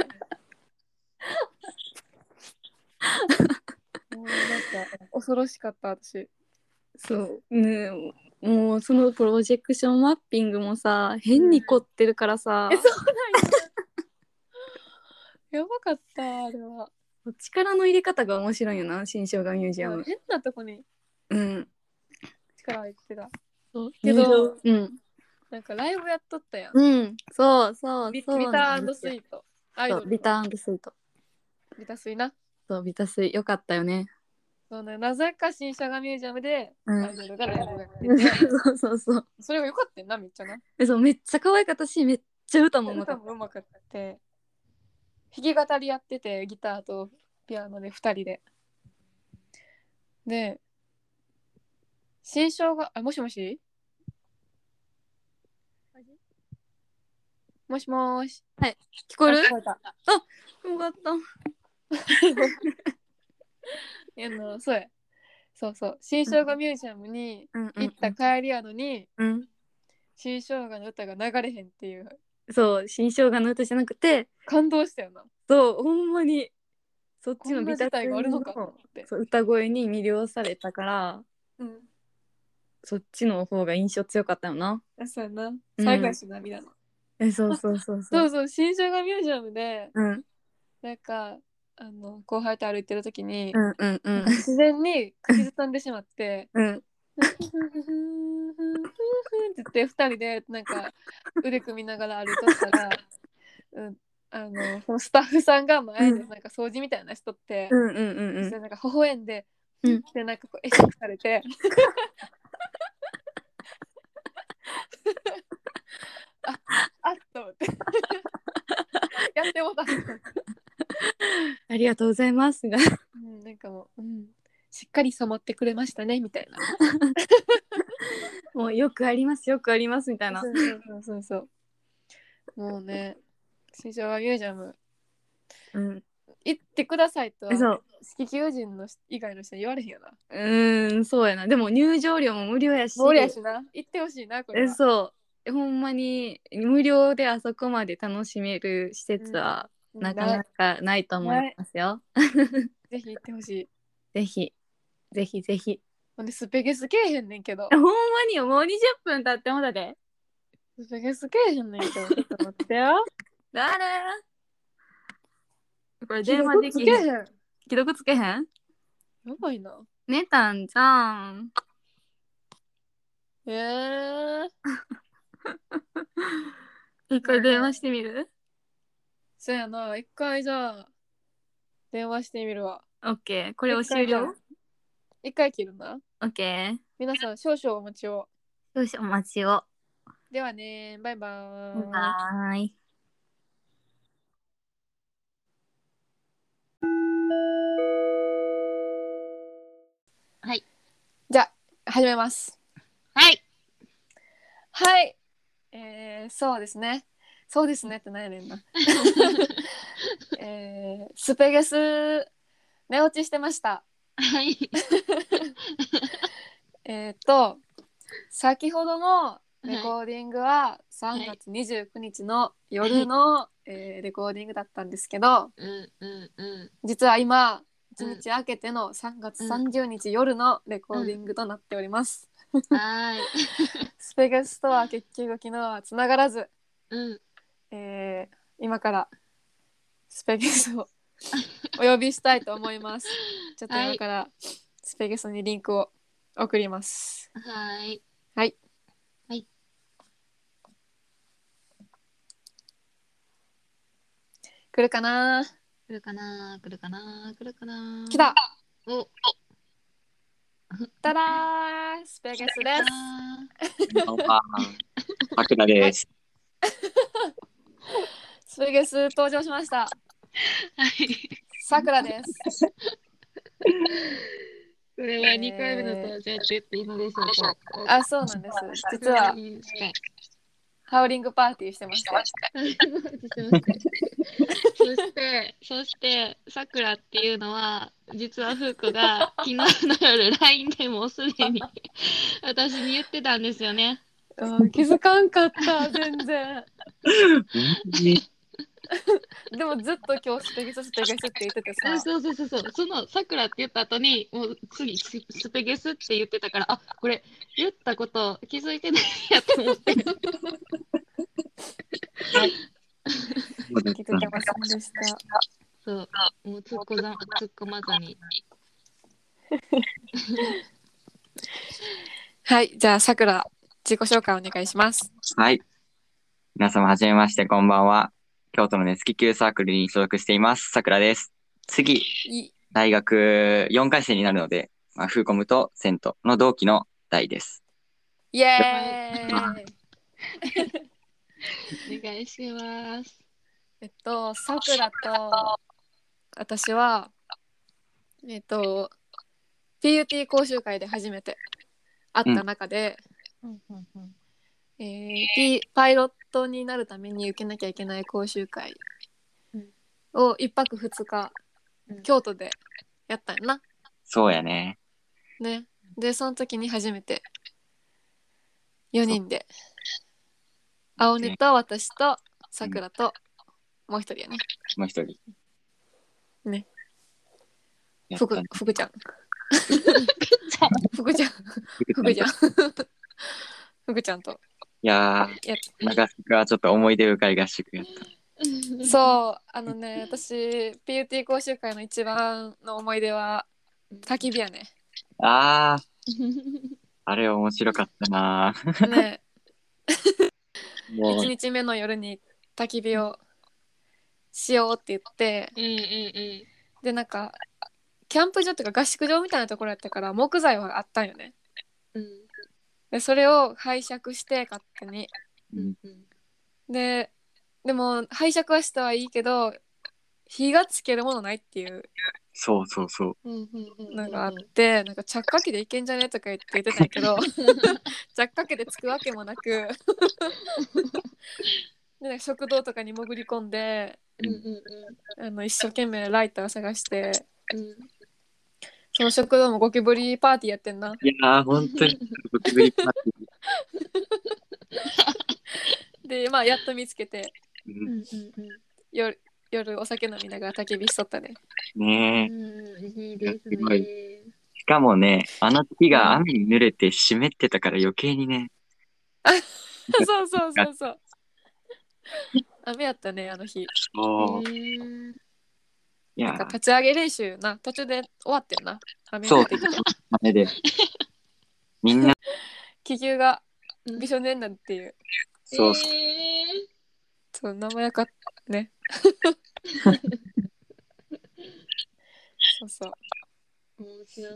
[SPEAKER 1] もうなんか恐ろしかった私
[SPEAKER 2] そうねもうそのプロジェクションマッピングもさ変に凝ってるからさ
[SPEAKER 1] えそうや (laughs) ばかったあれは
[SPEAKER 2] 力の入れ方が面白いよな新生姜ミュージアム
[SPEAKER 1] 変なとこに
[SPEAKER 2] うん
[SPEAKER 1] 力入ってた
[SPEAKER 2] けどうん
[SPEAKER 1] なんかライブやっとったやん
[SPEAKER 2] うんそうそう
[SPEAKER 1] ビビタ
[SPEAKER 2] そうなん
[SPEAKER 1] ー
[SPEAKER 2] です
[SPEAKER 1] ス
[SPEAKER 2] よ
[SPEAKER 1] イートアイ
[SPEAKER 2] そ
[SPEAKER 1] ド
[SPEAKER 2] う
[SPEAKER 1] ル
[SPEAKER 2] ビタースイート
[SPEAKER 1] ビタスイな
[SPEAKER 2] そうビタスイよかったよね
[SPEAKER 1] そうねなぜか新社がミュージアムで
[SPEAKER 2] う
[SPEAKER 1] ア
[SPEAKER 2] ん
[SPEAKER 1] イドルがライブやってて
[SPEAKER 2] (laughs) そうそうそう。
[SPEAKER 1] それが良かったよなめっちゃな
[SPEAKER 2] えそうめっちゃ可愛かったし、めっちゃ歌もうまか
[SPEAKER 1] 歌
[SPEAKER 2] っ
[SPEAKER 1] もうまかったって弾き語りやっててギターとピアノで2人でで新生姜あもしもしもしもーし (laughs)
[SPEAKER 2] た。聞こえる？
[SPEAKER 1] あ聞こえた
[SPEAKER 2] よかった。
[SPEAKER 1] いやあのそうやそうそう新生姜ミュージアムに
[SPEAKER 2] うんう
[SPEAKER 1] 行っ
[SPEAKER 2] ん
[SPEAKER 1] た帰りやのに
[SPEAKER 2] うん。
[SPEAKER 1] 新生姜の歌が流れへんっていう
[SPEAKER 2] そう新生姜の歌じゃなくて、
[SPEAKER 1] 感動したよな
[SPEAKER 2] そうほんまにそっ
[SPEAKER 1] こ
[SPEAKER 2] ちの
[SPEAKER 1] んな
[SPEAKER 2] ビタ
[SPEAKER 1] 事
[SPEAKER 2] スイ
[SPEAKER 1] 態があるのかと思
[SPEAKER 2] の
[SPEAKER 1] って
[SPEAKER 2] そう歌声に魅了されたから、
[SPEAKER 1] うん
[SPEAKER 2] そっちの方が印象強かったよな。
[SPEAKER 1] そうやな
[SPEAKER 2] うん
[SPEAKER 1] 最後やしなみたいな、
[SPEAKER 2] え、そうそうそう。
[SPEAKER 1] そううそう新生姜ミュージアムで
[SPEAKER 2] うん、
[SPEAKER 1] なんかあの後輩と歩いてる時に、
[SPEAKER 2] うん、うん、う
[SPEAKER 1] なん
[SPEAKER 2] ん
[SPEAKER 1] か、自然に口ずさんでしまって
[SPEAKER 2] うん。
[SPEAKER 1] ふふふふふふって言って2人でなんか腕組みながら歩いとったら、うん、あのそのスタッフさんが前でなんか掃除みたいなしとって、
[SPEAKER 2] うん、うん、うん、
[SPEAKER 1] そ
[SPEAKER 2] う
[SPEAKER 1] し
[SPEAKER 2] ん
[SPEAKER 1] て。なんか微笑んで、
[SPEAKER 2] うん
[SPEAKER 1] でなんかこう会釈されて (laughs) ああっと思ってやってもうた、う
[SPEAKER 2] ありがとうございます。 (laughs) が、
[SPEAKER 1] ん、なんかもう、うん、しっかり染まってくれましたねみたいな
[SPEAKER 2] もうよくあります、よくありますみたいな
[SPEAKER 1] そ。うそうそうそうそう。もうね、新生姜ミュージアム
[SPEAKER 2] うん、
[SPEAKER 1] 行ってくださいと
[SPEAKER 2] え、、そう。
[SPEAKER 1] 式求人の人以外の人に言われへんよな。
[SPEAKER 2] うーん、そうやな。でも入場料も無料やし。
[SPEAKER 1] 無理やしな。行ってほしいな、これ
[SPEAKER 2] え、
[SPEAKER 1] は。
[SPEAKER 2] そう。えほんまに無料であそこまで楽しめる施設はなかなかないと思いますよ。
[SPEAKER 1] ぜひ行ってほしい。
[SPEAKER 2] ぜひ、ぜひぜひ。
[SPEAKER 1] ほんで、スペゲスけえへんねんけど
[SPEAKER 2] え。ほんまによもう20分経ってもだで。
[SPEAKER 1] スペゲスけえへんねんけど。ちょっと待ってよ。
[SPEAKER 2] だれこれ (laughs) 電話でき
[SPEAKER 1] 既
[SPEAKER 2] へ
[SPEAKER 1] 読つ
[SPEAKER 2] ん。
[SPEAKER 1] けえへん。
[SPEAKER 2] 既読つけへん
[SPEAKER 1] やばいな。
[SPEAKER 2] 寝たんじゃん。
[SPEAKER 1] えー。
[SPEAKER 2] 一回電話してみる
[SPEAKER 1] そやな。一回じゃあ、電話してみるわ。
[SPEAKER 2] オッケー。これを終了
[SPEAKER 1] 一回切るな。
[SPEAKER 2] オッケー。
[SPEAKER 1] 皆さん、少々お待ちを。
[SPEAKER 2] よし、お待ちを。
[SPEAKER 1] ではね、バイバーイ。
[SPEAKER 2] はーい。
[SPEAKER 1] じゃあ始めます
[SPEAKER 2] はい
[SPEAKER 1] はいえー、そうですねそうですねって何やね
[SPEAKER 3] (laughs)
[SPEAKER 1] んなえー、スペゲス寝落ちしてました
[SPEAKER 3] はい。
[SPEAKER 1] (laughs) えっ、と先ほどのレコーディングは3月29日の夜の、えーレコーディングだったんですけど
[SPEAKER 3] うんうんうん。
[SPEAKER 1] 実は今1日明けての3月30日夜のレコーディングとなっております、
[SPEAKER 3] はーい。
[SPEAKER 1] スペゲスとは結局昨日はつながらず
[SPEAKER 3] うん。
[SPEAKER 1] えー今からスペゲス
[SPEAKER 3] (laughs)
[SPEAKER 1] をお呼びしたいと思います。ちょっと今からスペゲスにリンクを送ります。
[SPEAKER 3] はーい。
[SPEAKER 1] はい。
[SPEAKER 3] はい。
[SPEAKER 1] 来るかな
[SPEAKER 3] 来るかな来るかな来るかな
[SPEAKER 1] 来た
[SPEAKER 3] お
[SPEAKER 1] ただーんスペゲスで
[SPEAKER 3] あ
[SPEAKER 1] す。
[SPEAKER 4] こんばんは。さくらです。
[SPEAKER 1] スペゲス登場しました。
[SPEAKER 3] ーはい。
[SPEAKER 1] さくらです。
[SPEAKER 3] これは2回目の登場って言っていいのでしょうか。
[SPEAKER 1] あ、そうなんです。実は
[SPEAKER 3] うんはい
[SPEAKER 1] ハウリングパーティーしてまし
[SPEAKER 3] (laughs)
[SPEAKER 1] た。
[SPEAKER 3] そして、そして、さくらっていうのは、実はふうこが昨日の夜、LINE でもうすでに私に言ってたんですよね。
[SPEAKER 1] うん、気づかんかった、全然。でもずっと今日スペゲススペゲスって言ってて
[SPEAKER 3] あ
[SPEAKER 1] さ。
[SPEAKER 3] そうそうそうそうそのさくらって言った後にもう次ススペゲスって言ってたからあこれ言ったこと気づいてないやと思って
[SPEAKER 4] そうだっ
[SPEAKER 1] 気づ
[SPEAKER 4] た
[SPEAKER 1] けませんでした。
[SPEAKER 3] そうもう突っ込ざ突っ込まずに
[SPEAKER 1] はい、じゃあさくら自己紹介お願いします。
[SPEAKER 4] はい。皆様、はじめまして、こんばんは。京都の熱気球サークルに所属しています。さくらです。次、
[SPEAKER 1] い
[SPEAKER 4] 大学4回生になるので、まあ、フーコムとセントの同期の代です。
[SPEAKER 1] イエー (laughs) イ。
[SPEAKER 3] お願いします
[SPEAKER 1] えっとさくらと私はえっと PUT 講習会で初めて会った中で、えー P- パイロットになるために受けなきゃいけない講習会を一泊二日
[SPEAKER 3] うん
[SPEAKER 1] 京都でやったんやな。
[SPEAKER 4] そうやね。
[SPEAKER 1] ね。で、その時に初めて4人で、青根と私とさくらともう一人やね。
[SPEAKER 4] もう一人。
[SPEAKER 1] ね。
[SPEAKER 4] やっ
[SPEAKER 1] ふく
[SPEAKER 4] たね。
[SPEAKER 1] ふくちゃん。福ちゃん、福ちゃん。 (laughs) 福ちゃんと。
[SPEAKER 4] いや
[SPEAKER 1] やっ
[SPEAKER 4] ー、合宿はちょっと思い出深い合宿やった。
[SPEAKER 3] (laughs)
[SPEAKER 1] そう、あのね、私、PUT 講習会の一番の思い出は、焚き火やね。
[SPEAKER 4] あー、あれ面白かったな
[SPEAKER 1] ね、 (laughs)
[SPEAKER 4] も
[SPEAKER 1] 1
[SPEAKER 4] う、
[SPEAKER 1] 日目の夜に焚き火をしようって言って、
[SPEAKER 3] うんうん
[SPEAKER 1] で、なんか、キャンプ場っていうか合宿場みたいなところやったから、木材はあったんよね。
[SPEAKER 3] うん
[SPEAKER 1] で、それを拝借して、勝手に。
[SPEAKER 4] うん
[SPEAKER 3] うん
[SPEAKER 1] ででも拝借はしたはいいけど火がつけるものないっていう
[SPEAKER 4] そうそうそう。
[SPEAKER 3] うんうんうん
[SPEAKER 1] のがあって、なんか着火器でいけんじゃねとか言って言ってたんやけど着火器でつくわけもなくでなんか食堂とかに潜り込んで
[SPEAKER 3] うんうん
[SPEAKER 1] あの一生懸命ライター探して
[SPEAKER 3] うんうん
[SPEAKER 1] その食堂もゴキブリパーティーやってんない
[SPEAKER 4] やー、本当に、ゴキブリパーテ
[SPEAKER 1] でまあやっと見つけて
[SPEAKER 4] ィー
[SPEAKER 3] う
[SPEAKER 4] うん
[SPEAKER 3] んうん
[SPEAKER 1] 夜夜お酒飲みながら焚き火しとったね
[SPEAKER 4] ねえ。
[SPEAKER 3] うんいいです
[SPEAKER 4] すごい
[SPEAKER 3] ね。
[SPEAKER 4] しかもね、あの月が雨に濡れて湿ってたから余計にね、
[SPEAKER 1] (laughs) そうそうそうそう雨やったねあの日
[SPEAKER 4] そう。
[SPEAKER 3] うん
[SPEAKER 4] いや
[SPEAKER 1] なんか
[SPEAKER 4] ー、
[SPEAKER 1] 立ち上げ練習な途中で終わってんなあみん
[SPEAKER 4] そ
[SPEAKER 1] な
[SPEAKER 4] う
[SPEAKER 1] で、
[SPEAKER 4] あれで。
[SPEAKER 1] (laughs)
[SPEAKER 4] みんな、
[SPEAKER 1] 気球がびしょねんなっていう
[SPEAKER 4] そうそう。
[SPEAKER 3] えー
[SPEAKER 1] そう生やかったねそうそう
[SPEAKER 3] 面白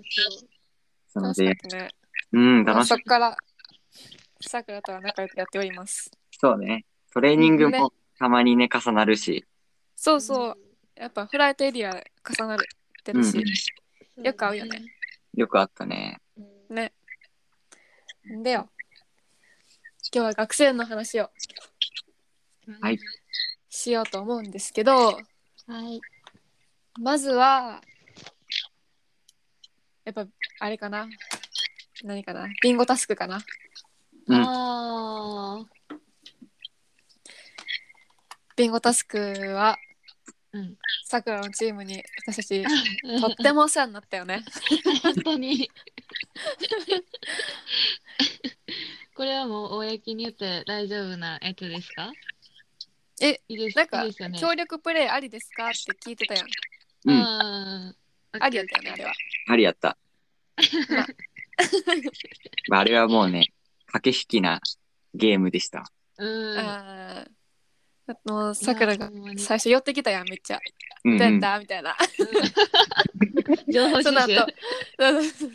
[SPEAKER 3] そう。
[SPEAKER 4] なの
[SPEAKER 1] 楽しか
[SPEAKER 4] で
[SPEAKER 1] っ、たね
[SPEAKER 4] うん、
[SPEAKER 1] まあ
[SPEAKER 4] 楽し
[SPEAKER 1] そ
[SPEAKER 4] か
[SPEAKER 1] っ
[SPEAKER 4] っ
[SPEAKER 1] からさくらとは仲良くやっております
[SPEAKER 4] たそうね。トレーニング
[SPEAKER 1] ね
[SPEAKER 4] もたまにね、重なるし。
[SPEAKER 1] そうそうやっぱフライトエリア重なるってるし、
[SPEAKER 3] うん。
[SPEAKER 1] よく会うよね
[SPEAKER 4] よくあったね。
[SPEAKER 3] うん。
[SPEAKER 1] ねんでよ今日は学生の話を
[SPEAKER 4] はい。
[SPEAKER 1] しようと思うんですけど
[SPEAKER 3] はい。
[SPEAKER 1] まずは、やっぱ、あれかな。何かな。ビンゴタスクかな。
[SPEAKER 4] うん
[SPEAKER 3] ああ。
[SPEAKER 1] ビンゴタスクは、
[SPEAKER 3] うん。
[SPEAKER 1] さくらのチームに私たち、とってもお世話になったよ
[SPEAKER 3] (laughs)
[SPEAKER 1] ね。
[SPEAKER 3] 本当に。これはもう公に言って大丈夫なやつですか？
[SPEAKER 1] え、
[SPEAKER 3] いいです
[SPEAKER 1] なんか
[SPEAKER 3] いいですよね。
[SPEAKER 1] 協力プレイありですかって聞いてたやん。
[SPEAKER 4] うん、
[SPEAKER 3] あー
[SPEAKER 1] ありやったよね、あれは。
[SPEAKER 4] ありやった。
[SPEAKER 1] (laughs)
[SPEAKER 4] まああれはもうね、駆け引きなゲームでした。
[SPEAKER 3] うん。
[SPEAKER 1] あーあの、さくらが
[SPEAKER 3] いやほんまに
[SPEAKER 1] 最初寄ってきたやん、めっちゃ。
[SPEAKER 4] うん、
[SPEAKER 1] ど
[SPEAKER 4] うん
[SPEAKER 1] うやったみたいな。 (laughs)
[SPEAKER 3] うん情報収
[SPEAKER 1] その後
[SPEAKER 3] 集。
[SPEAKER 1] そうそうそう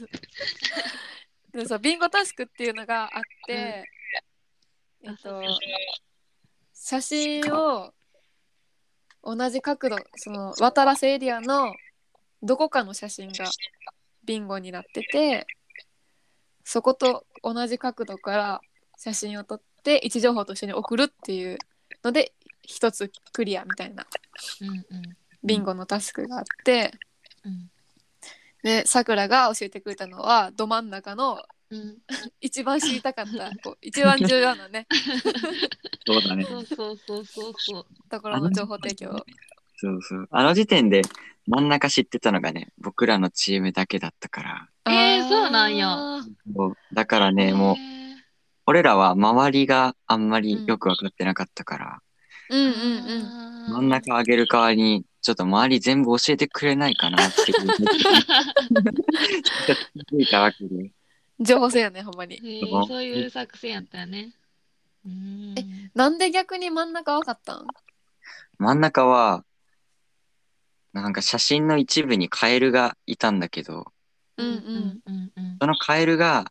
[SPEAKER 1] (laughs) でそうビンゴタスクっていうのがあって、
[SPEAKER 3] うん
[SPEAKER 1] えっ
[SPEAKER 3] あ
[SPEAKER 1] と
[SPEAKER 3] そうそう
[SPEAKER 1] 写真を同じ角度その渡らせエリアのどこかの写真がビンゴになっててそこと同じ角度から写真を撮って位置情報と一緒に送るっていうので一つクリアみたいな
[SPEAKER 3] うんうん
[SPEAKER 1] ビンゴのタスクがあって
[SPEAKER 3] うん
[SPEAKER 1] でさくらが教えてくれたのはど真ん中の
[SPEAKER 3] うん。
[SPEAKER 1] 一番知りた
[SPEAKER 3] (laughs)
[SPEAKER 1] かったこう一番重要なね
[SPEAKER 4] そうだね。
[SPEAKER 3] そうそうそうそうそう。
[SPEAKER 1] ところの情報提供を
[SPEAKER 4] そうそう。あの時点で真ん中知ってたのがね、僕らのチームだけだったから。
[SPEAKER 3] えー
[SPEAKER 1] あ
[SPEAKER 3] そうなんや
[SPEAKER 4] そうだからね、もう、俺らは周りがあんまりよく分かってなかったから、
[SPEAKER 1] うん
[SPEAKER 3] う
[SPEAKER 1] うんうん
[SPEAKER 4] 真ん中上げる代わりに、ちょっと周り全部教えてくれないかな
[SPEAKER 1] (laughs)
[SPEAKER 4] っていう。気づいたわけで。
[SPEAKER 1] 情報戦やねほんまに
[SPEAKER 3] へーそういう作戦やったよね。うん。
[SPEAKER 1] なんで逆に真ん中分かったん
[SPEAKER 4] 真ん中は、なんか写真の一部にカエルがいたんだけど、
[SPEAKER 1] うんうん
[SPEAKER 3] うんうん
[SPEAKER 4] そのカエルが、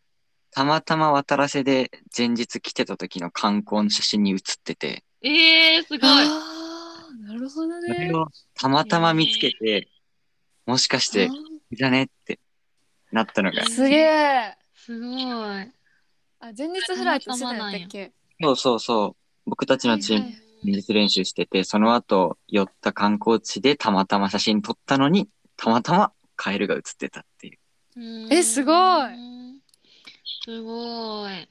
[SPEAKER 4] たまたま渡らせで前日来てた時の観光の写真に写ってて、
[SPEAKER 3] えー、すごい。
[SPEAKER 1] あーなるほど
[SPEAKER 4] そ
[SPEAKER 1] ね
[SPEAKER 4] れをたまたま見つけて、もしかして、じゃねってなったの
[SPEAKER 1] あ
[SPEAKER 4] が
[SPEAKER 1] ー、すげえ
[SPEAKER 3] すごい。は
[SPEAKER 1] あ前日フライトしてたんやったっけ
[SPEAKER 4] そうそうそう、僕たちのチーム、
[SPEAKER 1] はい
[SPEAKER 4] 前日練習してて、その後寄った観光地でたまたま写真撮ったのに、たまたまカエルが写ってたっていう、
[SPEAKER 1] えすごい。
[SPEAKER 3] すごい。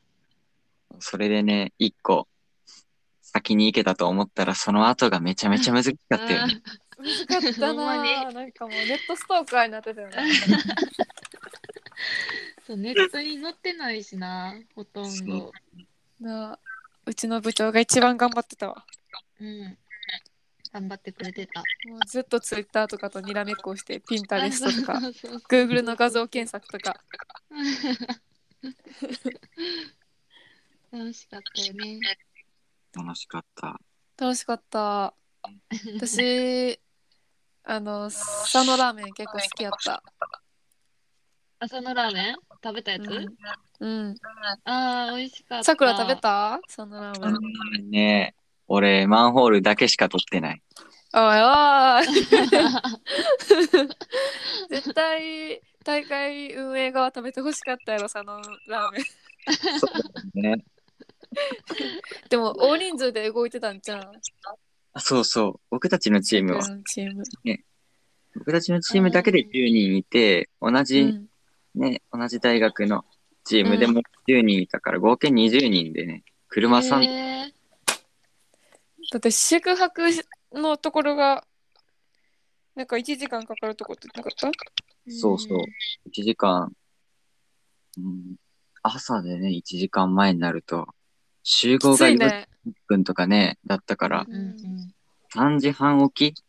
[SPEAKER 4] それでね、一個、先に行けたと思ったら、その後がめちゃめちゃ難しかったよね。
[SPEAKER 1] 難かった
[SPEAKER 3] ほんま
[SPEAKER 1] ななんかもうネットストーカーになってたよね
[SPEAKER 3] そ
[SPEAKER 5] そうネットに載ってないしな、ほとんど。
[SPEAKER 1] なうちの部長が一番頑張ってたわ
[SPEAKER 5] うん。頑張ってくれてた。
[SPEAKER 1] もうずっとツイッターとかとにらめっこしてピンタレストと
[SPEAKER 3] (laughs)
[SPEAKER 1] か
[SPEAKER 5] あそう (laughs) そうそう
[SPEAKER 1] Google の画像検索とか
[SPEAKER 5] 楽しかったよね。
[SPEAKER 4] 楽しかった。
[SPEAKER 1] 楽しかった私あの佐野ラーメン結構好きやった
[SPEAKER 5] 朝のラーメン食べたやつ、
[SPEAKER 1] うんうん
[SPEAKER 5] ああ、美味しかった。
[SPEAKER 1] さくら食べた佐野ラーメン
[SPEAKER 4] ね俺、マンホールだけしか撮っ
[SPEAKER 1] (laughs)
[SPEAKER 4] てない。
[SPEAKER 1] おいおい絶対大会運営側食べてほしかったやろ佐野ラーメン
[SPEAKER 4] ね。
[SPEAKER 1] でも大人数で動いてたんじゃん
[SPEAKER 4] あそうそう。僕たちのチームは、
[SPEAKER 1] チーム、
[SPEAKER 4] 僕たちのチームだけで10人いて、同
[SPEAKER 1] う
[SPEAKER 4] じ、
[SPEAKER 1] ん、
[SPEAKER 4] ね、同じ大学のチームで
[SPEAKER 1] うん
[SPEAKER 4] もう10人いたから、合計20人でね、車さん、
[SPEAKER 5] えー
[SPEAKER 1] だって宿泊のところがなんか1時間かかるとこって言ってなかっ
[SPEAKER 4] そうそう。1時間、うん、朝でね、1時間前になると、集
[SPEAKER 1] た
[SPEAKER 4] 合
[SPEAKER 1] き
[SPEAKER 4] が
[SPEAKER 1] つい
[SPEAKER 4] 1
[SPEAKER 1] ね
[SPEAKER 4] 分とかね、だったから、
[SPEAKER 5] うんうん
[SPEAKER 4] 3時半起き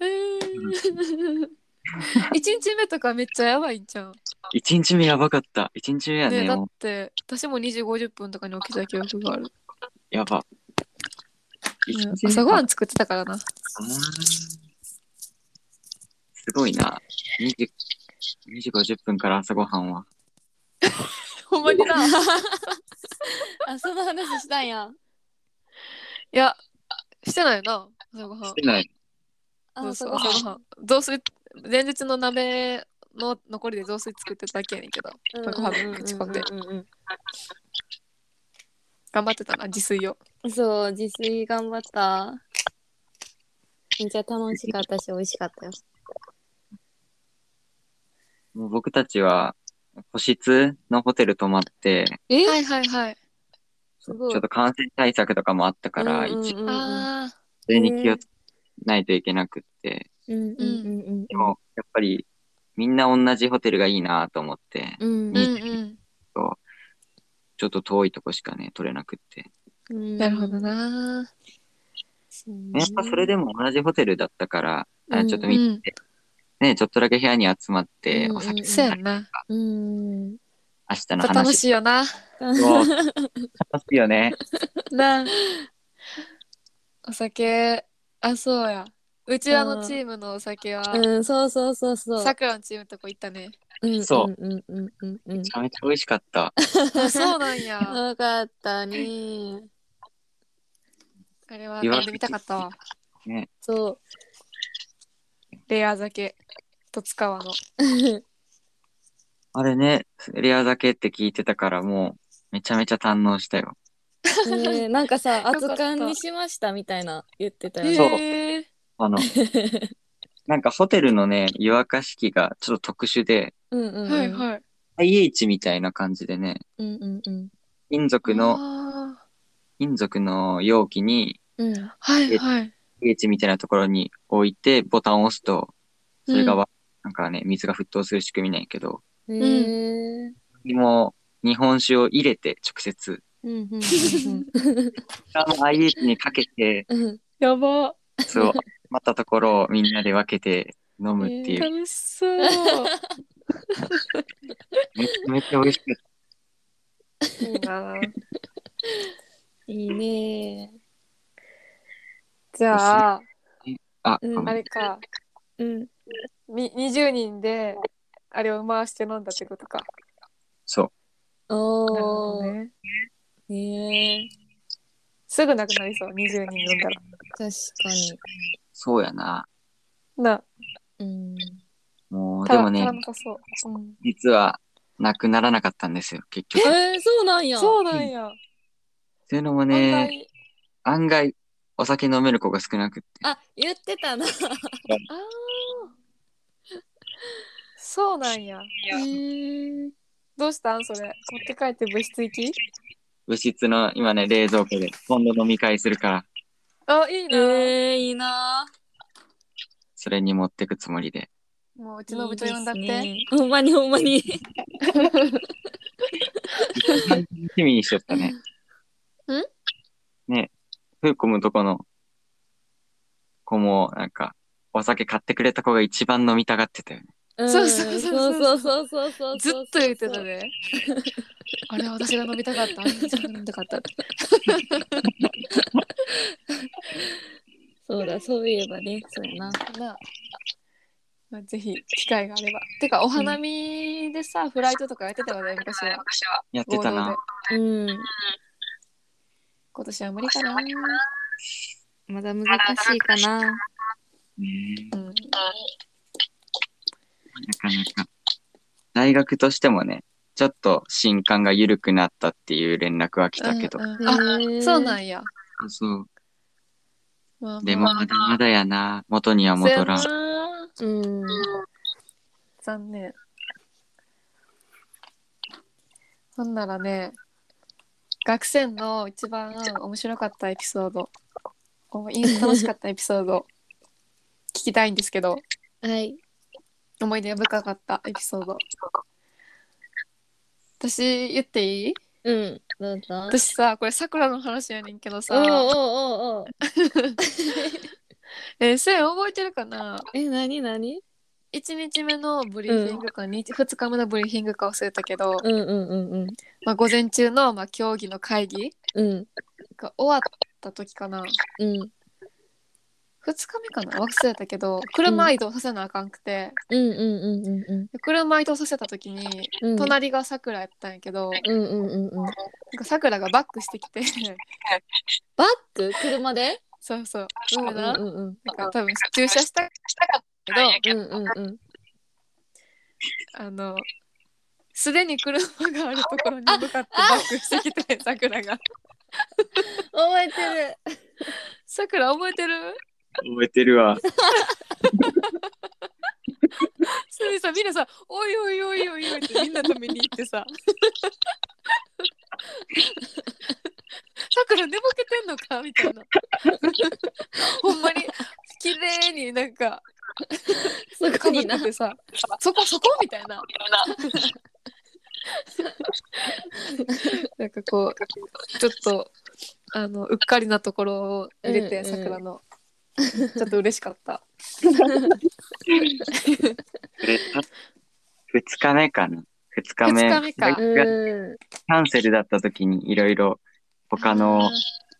[SPEAKER 1] 1日目とかめっちゃやばいんじゃん、
[SPEAKER 4] ?1 日目やばかった。1日目はね、
[SPEAKER 1] ね、だっ
[SPEAKER 4] もう、
[SPEAKER 1] て私も2時50分とかに起きてた記憶がある、
[SPEAKER 4] やば。
[SPEAKER 1] うん
[SPEAKER 4] 1日目
[SPEAKER 1] 朝ごはん作ってたからな
[SPEAKER 4] あーすごいな。2時、2時50分から朝ごはんは。
[SPEAKER 1] ほんまにない
[SPEAKER 2] (laughs) あその話したんや
[SPEAKER 1] やしてないよな朝ごはん
[SPEAKER 4] してない。
[SPEAKER 1] そうそう
[SPEAKER 2] あ
[SPEAKER 1] 朝ごはん雑炊前日の鍋の残りで雑炊作ってただけやねんけど
[SPEAKER 2] うん
[SPEAKER 1] ご飯ぶち込んで
[SPEAKER 2] うんうん
[SPEAKER 1] 頑張ってたな自炊を
[SPEAKER 2] うんそう自炊頑張っためっちゃ楽しかったし美味しかったよ
[SPEAKER 4] もう僕たちは、個室のホテル泊まって、
[SPEAKER 2] え
[SPEAKER 1] はいはいはい
[SPEAKER 4] ち
[SPEAKER 2] す
[SPEAKER 4] ょ
[SPEAKER 2] ご
[SPEAKER 4] っ
[SPEAKER 2] い
[SPEAKER 4] と感染対策とかもあったから、
[SPEAKER 2] うんうん
[SPEAKER 4] 一応
[SPEAKER 2] うん
[SPEAKER 1] ああ
[SPEAKER 4] それに気をつけないといけなくって。
[SPEAKER 2] うんうんうんうん
[SPEAKER 4] でも、やっぱり、みんな同じホテルがいいなと思って、
[SPEAKER 2] うん
[SPEAKER 1] うんうん
[SPEAKER 4] ちょっと遠いとこしかね、取れなくって。
[SPEAKER 2] うん
[SPEAKER 1] なるほどな
[SPEAKER 4] やっぱそれでも同じホテルだったから、あ
[SPEAKER 2] うん
[SPEAKER 4] ちょっと
[SPEAKER 1] う
[SPEAKER 4] み、
[SPEAKER 1] ん
[SPEAKER 4] ね、ちょっとだけ部屋に集まって、
[SPEAKER 2] うん
[SPEAKER 4] お酒、
[SPEAKER 1] そうやんな
[SPEAKER 2] うん
[SPEAKER 4] 明日の話。
[SPEAKER 1] 楽しいよな
[SPEAKER 4] そう楽しいよね。
[SPEAKER 1] なお酒あそうやうちらのチームのお酒は
[SPEAKER 2] うんそうそうそうそう
[SPEAKER 1] さくらのチームのとこ行った
[SPEAKER 2] (laughs)
[SPEAKER 1] ね
[SPEAKER 2] うん
[SPEAKER 4] そう
[SPEAKER 2] うんうんうんうんうん
[SPEAKER 4] めちゃめちゃ美味しかった。
[SPEAKER 1] あそうなんや
[SPEAKER 2] よかったね
[SPEAKER 1] あれは飲んでみたかったわ
[SPEAKER 4] ね、
[SPEAKER 2] そう
[SPEAKER 1] レア酒とつかわの
[SPEAKER 4] あれね、レア酒って聞いてたからもうめちゃめちゃ堪能したよ。
[SPEAKER 2] ねえなんか
[SPEAKER 1] (laughs)
[SPEAKER 2] さ
[SPEAKER 1] よか
[SPEAKER 2] 熱
[SPEAKER 1] った
[SPEAKER 2] 燗にしましたみたいな言ってたよね。
[SPEAKER 1] へえ
[SPEAKER 4] あの、なんかホテルのね、湯沸かし器がちょっと特殊で、
[SPEAKER 2] うんうんうん
[SPEAKER 1] はいはい
[SPEAKER 4] IH みたいな感じでね、
[SPEAKER 2] うんうんうん
[SPEAKER 4] 金属の、
[SPEAKER 1] の
[SPEAKER 4] 金属の容器に、
[SPEAKER 2] うん
[SPEAKER 1] はいはい。
[SPEAKER 4] IH みたいなところに置いてボタンを押すと、それが
[SPEAKER 1] うん
[SPEAKER 4] わ、なんかね、水が沸騰する仕組みなんやけど、
[SPEAKER 2] へえ
[SPEAKER 4] もう日本酒を入れて直接、
[SPEAKER 2] うんうんうん
[SPEAKER 4] あの IH にかけて、
[SPEAKER 2] うん
[SPEAKER 1] やば。
[SPEAKER 4] そう、待ったところをみんなで分けて飲むっていう。
[SPEAKER 1] 楽しそう。
[SPEAKER 4] めちゃめちゃ美味しかっ
[SPEAKER 1] いいな。
[SPEAKER 2] いいね
[SPEAKER 1] じゃあ、
[SPEAKER 4] た。あ、
[SPEAKER 2] うん
[SPEAKER 4] ごめ
[SPEAKER 1] あ
[SPEAKER 4] ん
[SPEAKER 1] れか。
[SPEAKER 2] うん
[SPEAKER 1] み20人で、あれを回して飲んだってことか。
[SPEAKER 4] そう。
[SPEAKER 1] なるほ
[SPEAKER 2] お
[SPEAKER 1] ど
[SPEAKER 2] ー
[SPEAKER 1] ね。
[SPEAKER 2] ねえ
[SPEAKER 1] すぐなくなりそう、20人飲んだら。
[SPEAKER 2] 確かに
[SPEAKER 4] そうやな。
[SPEAKER 1] な、
[SPEAKER 2] うん
[SPEAKER 4] もう、
[SPEAKER 1] た
[SPEAKER 4] で
[SPEAKER 1] ら
[SPEAKER 4] もね
[SPEAKER 1] 足ら、なさそう。うん
[SPEAKER 4] 実は、なくならなかったんですよ、結局。っ
[SPEAKER 2] えーそうなんや
[SPEAKER 1] そうなんや。
[SPEAKER 4] ていうのも
[SPEAKER 1] 案
[SPEAKER 4] ね、
[SPEAKER 1] 外
[SPEAKER 4] 案外、お酒飲める子が少なくって。
[SPEAKER 2] あ言ってたな
[SPEAKER 1] あーそうなんや。
[SPEAKER 2] うん
[SPEAKER 1] どうしたんそれ。持って帰って部室行き
[SPEAKER 4] 物質の、今ね、冷蔵庫で、今度飲み会するから、
[SPEAKER 1] あ、いいな。
[SPEAKER 2] えーいいな
[SPEAKER 4] それに持ってくつもりで。
[SPEAKER 1] もううちの部長呼んだって。
[SPEAKER 2] いいですねほんまにほんまに。
[SPEAKER 4] 楽しみにしちゃったね。んねフーコムとこの子も、なんか、お酒買ってくれた子が一番飲みたがってたよね。
[SPEAKER 2] うん
[SPEAKER 1] そうそうそうそう
[SPEAKER 2] そうそうそう
[SPEAKER 1] ずっ
[SPEAKER 2] そう
[SPEAKER 1] と言ってたね。あれ私が飲みたかった。私が飲みたかった。
[SPEAKER 2] そうだそういえばねそうやな
[SPEAKER 1] なあまあ、ぜひ機会があれば。てかお花見でさ、フライトとかやってたわね昔は。
[SPEAKER 4] やって
[SPEAKER 1] 合
[SPEAKER 4] た
[SPEAKER 1] 同で
[SPEAKER 4] な。
[SPEAKER 2] うん
[SPEAKER 1] 今年は無理かな。
[SPEAKER 5] まだ難しいかな。
[SPEAKER 4] ね
[SPEAKER 1] うん、
[SPEAKER 4] なかなか。大学としてもね、ちょっと新刊が緩くなったっていう連絡は来たけど。
[SPEAKER 1] うん
[SPEAKER 2] (laughs)
[SPEAKER 1] うんあそうなんんや。
[SPEAKER 4] そう。
[SPEAKER 1] まあまあ
[SPEAKER 4] でもまだまだやな。元には戻らん。
[SPEAKER 1] そうやな
[SPEAKER 2] うん
[SPEAKER 1] 残念。ほんならね、学生の一番面白かったエピソード、おい楽しかったエピソード、聞きたいんですけど、
[SPEAKER 2] はい
[SPEAKER 1] 思い出深かったエピソード。私言っていい
[SPEAKER 2] うんどうぞ
[SPEAKER 1] 私さこれさくらの話やねんけど
[SPEAKER 2] おう
[SPEAKER 1] さ、
[SPEAKER 2] おうおうおう
[SPEAKER 1] えー、それ覚えてるかな
[SPEAKER 2] え何何
[SPEAKER 1] 1日目のブリーフィングか、二2日目のブリーフィングか忘れたけど、
[SPEAKER 2] うんうんうんうん
[SPEAKER 1] まあ、午前中の、まあ、競技の会議
[SPEAKER 2] うん
[SPEAKER 1] が終わった時かな
[SPEAKER 2] うん
[SPEAKER 1] 2日目かな忘れたけど車移動させなあかんくて、
[SPEAKER 2] うんうんうんうん
[SPEAKER 1] で車移動させた時に
[SPEAKER 2] うん
[SPEAKER 1] 隣がさくらやったんやけど、なん
[SPEAKER 2] うんうんうんうんバッ
[SPEAKER 1] かさくらがバックしてきて (laughs)
[SPEAKER 2] ク車で
[SPEAKER 1] そうそう
[SPEAKER 2] う
[SPEAKER 1] ご
[SPEAKER 2] ん
[SPEAKER 1] め
[SPEAKER 2] うん
[SPEAKER 1] んな,、
[SPEAKER 2] うんうん
[SPEAKER 1] なんか多分駐車したけど
[SPEAKER 2] うんうんうん
[SPEAKER 1] あのすでに車があるところに向かってバックしてきてさくらが
[SPEAKER 2] 覚えてる
[SPEAKER 1] さくら覚えてる
[SPEAKER 4] 覚えてるわ。
[SPEAKER 1] それでさみんなさ「おいおいおいおいおい」ってみんな止めに行って (laughs) さ「さくら寝ぼけてんのか?」みたいなほんまに綺麗になんか
[SPEAKER 2] そ
[SPEAKER 1] か
[SPEAKER 2] こ
[SPEAKER 1] ぶ
[SPEAKER 2] に
[SPEAKER 1] っ
[SPEAKER 2] な
[SPEAKER 1] ててさ「そこそこ」みたいな。 (laughs) なんかこうちょっとあのうっかりなところを入れ
[SPEAKER 2] う
[SPEAKER 1] て
[SPEAKER 2] んうん
[SPEAKER 1] さくらのちょっと嬉しかった。
[SPEAKER 4] くれた。二日目かな。二日目。
[SPEAKER 1] 二日目か
[SPEAKER 4] 大
[SPEAKER 2] う
[SPEAKER 4] 学が
[SPEAKER 2] ん
[SPEAKER 4] キャンセルだった時にいろいろ他の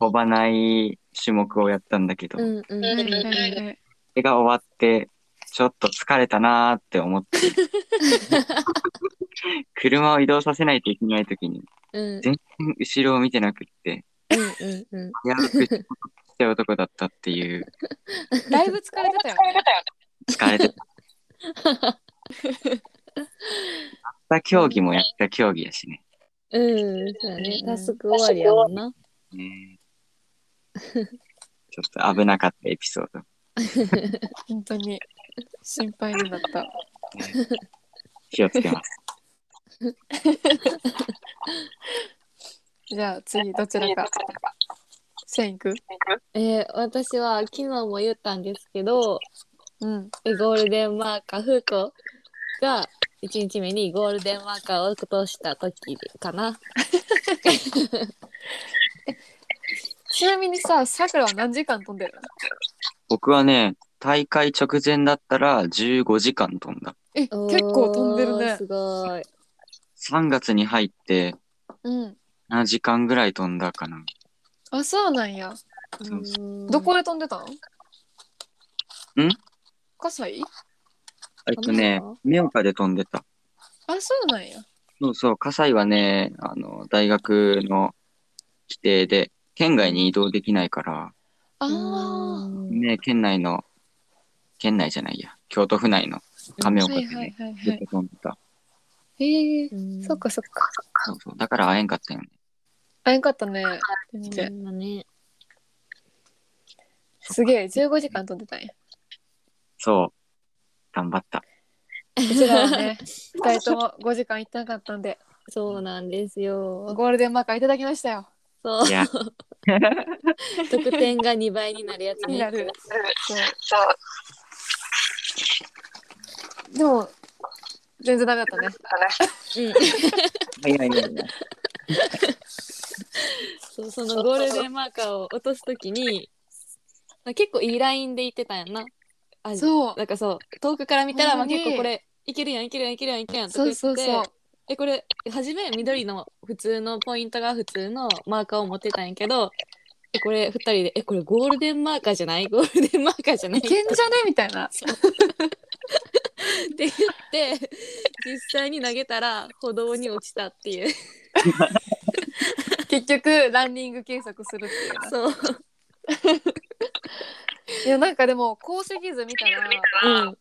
[SPEAKER 4] 飛ばない種目をやったんだけど、
[SPEAKER 2] うんうん
[SPEAKER 1] はい
[SPEAKER 2] うん
[SPEAKER 1] はいはい
[SPEAKER 4] それが終わってちょっと疲れたなーって思って
[SPEAKER 2] (laughs)
[SPEAKER 4] 車を移動させないといけない時に
[SPEAKER 2] うん
[SPEAKER 4] 後ろを見てなくって
[SPEAKER 2] うんうん
[SPEAKER 4] 危うくしてた男だったっていう
[SPEAKER 1] だいぶ疲れてたよね。
[SPEAKER 4] 疲れてた。やった競技もやった競技やしね。
[SPEAKER 2] うん、そうやね。タスク終わりやもんな。
[SPEAKER 4] ねちょっと危なかったエピソード。
[SPEAKER 1] 本当に心配になった。
[SPEAKER 4] 気をつけ (laughs) ます。
[SPEAKER 1] じゃあ次どちらか。せんいく
[SPEAKER 2] えー私は昨日も言ったんですけど、
[SPEAKER 1] うん。
[SPEAKER 2] えゴールデンマーカー、フーコが1日目にゴールデンマーカーを落とした時かな。
[SPEAKER 1] ちなみにさ、さくらは何時間飛んでるの
[SPEAKER 4] 僕はね、大会直前だったら15時間飛んだ。
[SPEAKER 1] え、結構飛んでる
[SPEAKER 2] おー
[SPEAKER 1] ね
[SPEAKER 2] す。ごい。
[SPEAKER 4] 3月に入って
[SPEAKER 1] うん。
[SPEAKER 4] 7時間ぐらい飛んだかな。
[SPEAKER 1] あ、そうなんや。
[SPEAKER 4] そう
[SPEAKER 1] どこで飛んでたの
[SPEAKER 4] ん
[SPEAKER 1] 葛西
[SPEAKER 4] えっとね、目岡で飛んでた。
[SPEAKER 1] あ、そうなんや。
[SPEAKER 4] そうそう、葛西はね、あの、大学の規定で、県外に移動できないから、
[SPEAKER 1] あ
[SPEAKER 2] あ
[SPEAKER 1] あ。
[SPEAKER 4] ね、県内の、県内じゃないや、京都府内の亀岡
[SPEAKER 1] は
[SPEAKER 4] で
[SPEAKER 1] いはい
[SPEAKER 4] ね、
[SPEAKER 1] はいは
[SPEAKER 4] ずっ
[SPEAKER 1] い。
[SPEAKER 4] と飛んでた。
[SPEAKER 1] へえ、
[SPEAKER 2] ー
[SPEAKER 1] そっ。かそっか。
[SPEAKER 4] そうそう、だから会えんかったよね。
[SPEAKER 1] あ、よかったね。
[SPEAKER 2] うん
[SPEAKER 1] て
[SPEAKER 2] ほんまね。
[SPEAKER 1] すげえ、15時間飛んでたんや。
[SPEAKER 4] そう、頑
[SPEAKER 1] (laughs)
[SPEAKER 4] 張った。
[SPEAKER 1] うちらはね、2人とも5時間行ってなかったんで、
[SPEAKER 2] そうなんですよ。
[SPEAKER 1] ゴールデンマーカーいただきましたよ。
[SPEAKER 2] そう
[SPEAKER 4] い。や、
[SPEAKER 2] 得点が2倍になるやつ
[SPEAKER 1] に
[SPEAKER 2] ね
[SPEAKER 1] な。る。そう。でも全然ダメだったね
[SPEAKER 5] うん
[SPEAKER 4] いやいやいや。
[SPEAKER 5] (laughs) そうそのゴールデンマーカーを落とすときにまあ結構いいラインで行ってたんやんな。あ
[SPEAKER 1] そう
[SPEAKER 5] なんかそう遠くから見たらま
[SPEAKER 1] ほ
[SPEAKER 5] あ
[SPEAKER 1] んまに
[SPEAKER 5] 結構これいけるやんいけるやんいけるやんいけるやんとか
[SPEAKER 1] そ
[SPEAKER 5] 言
[SPEAKER 1] う
[SPEAKER 5] って
[SPEAKER 1] そうそう
[SPEAKER 5] えこれ初め緑の普通のポイントが普通のマーカーを持ってたんやけどえこれ2人でえこれゴールデンマーカーじゃない (laughs) ゴールデンマーカーじゃない
[SPEAKER 1] いけ
[SPEAKER 5] って
[SPEAKER 1] んじゃねみたいな
[SPEAKER 5] 言
[SPEAKER 1] (laughs)
[SPEAKER 5] って実際に投げたら歩道に落ちたっていう
[SPEAKER 1] 結局ランニング計測するっていうな
[SPEAKER 5] そう、
[SPEAKER 1] いやなんかでも鉱石図見たら
[SPEAKER 5] うん、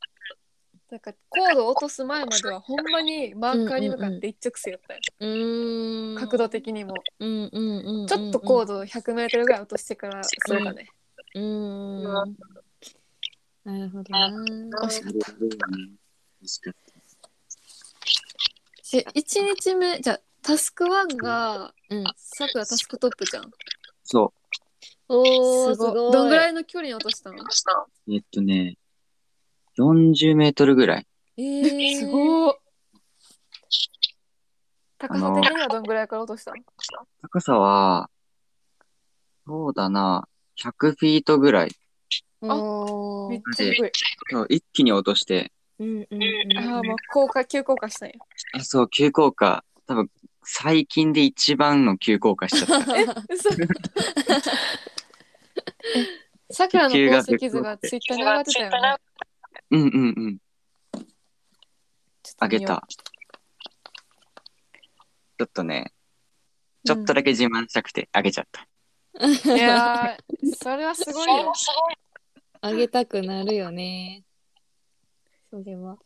[SPEAKER 1] なんかコードを落とす前まではほんまにマーカーに向かって一直線やったよ、
[SPEAKER 5] うーん
[SPEAKER 1] 角度的にも、
[SPEAKER 5] うんうんうんうんうん
[SPEAKER 1] ちょっとコード1 0 0ルぐらい落としてからそうだね、
[SPEAKER 5] うーん。なるほどな。
[SPEAKER 1] 惜しかったえ1日目じゃあタスク1が
[SPEAKER 5] うん。
[SPEAKER 1] さくらタスクトップじゃん
[SPEAKER 4] そ
[SPEAKER 5] おー、す
[SPEAKER 1] すごい
[SPEAKER 5] ごい。
[SPEAKER 1] どんぐ
[SPEAKER 5] い
[SPEAKER 1] らいの距離に落としたの
[SPEAKER 4] う。えっとね、40メートルぐらい。
[SPEAKER 5] えー、
[SPEAKER 1] す
[SPEAKER 5] い。
[SPEAKER 1] ごい高さ的にはどんぐらいから落としたの
[SPEAKER 4] 高さは、そうだな、100フィートぐらい。
[SPEAKER 1] あめっちゃ低い
[SPEAKER 4] そう一気に落として、
[SPEAKER 5] うんうんうん。
[SPEAKER 1] ああもう降下急降下 (laughs) したんや
[SPEAKER 4] あそう、急降下。多分、最近で一番の急降下し
[SPEAKER 1] (laughs)
[SPEAKER 4] ちゃった。
[SPEAKER 1] 嘘えさくらの鉱石図がツイッターに上がってたよね
[SPEAKER 4] うんうんうん。
[SPEAKER 1] ちょっと
[SPEAKER 4] あ
[SPEAKER 1] 見よ
[SPEAKER 4] げ
[SPEAKER 1] う
[SPEAKER 4] た。ちょっとね、ちょっとだけ自慢したくてあげちゃった。
[SPEAKER 1] いやーそれはすごいよ。
[SPEAKER 5] あげたくなるよね。それは。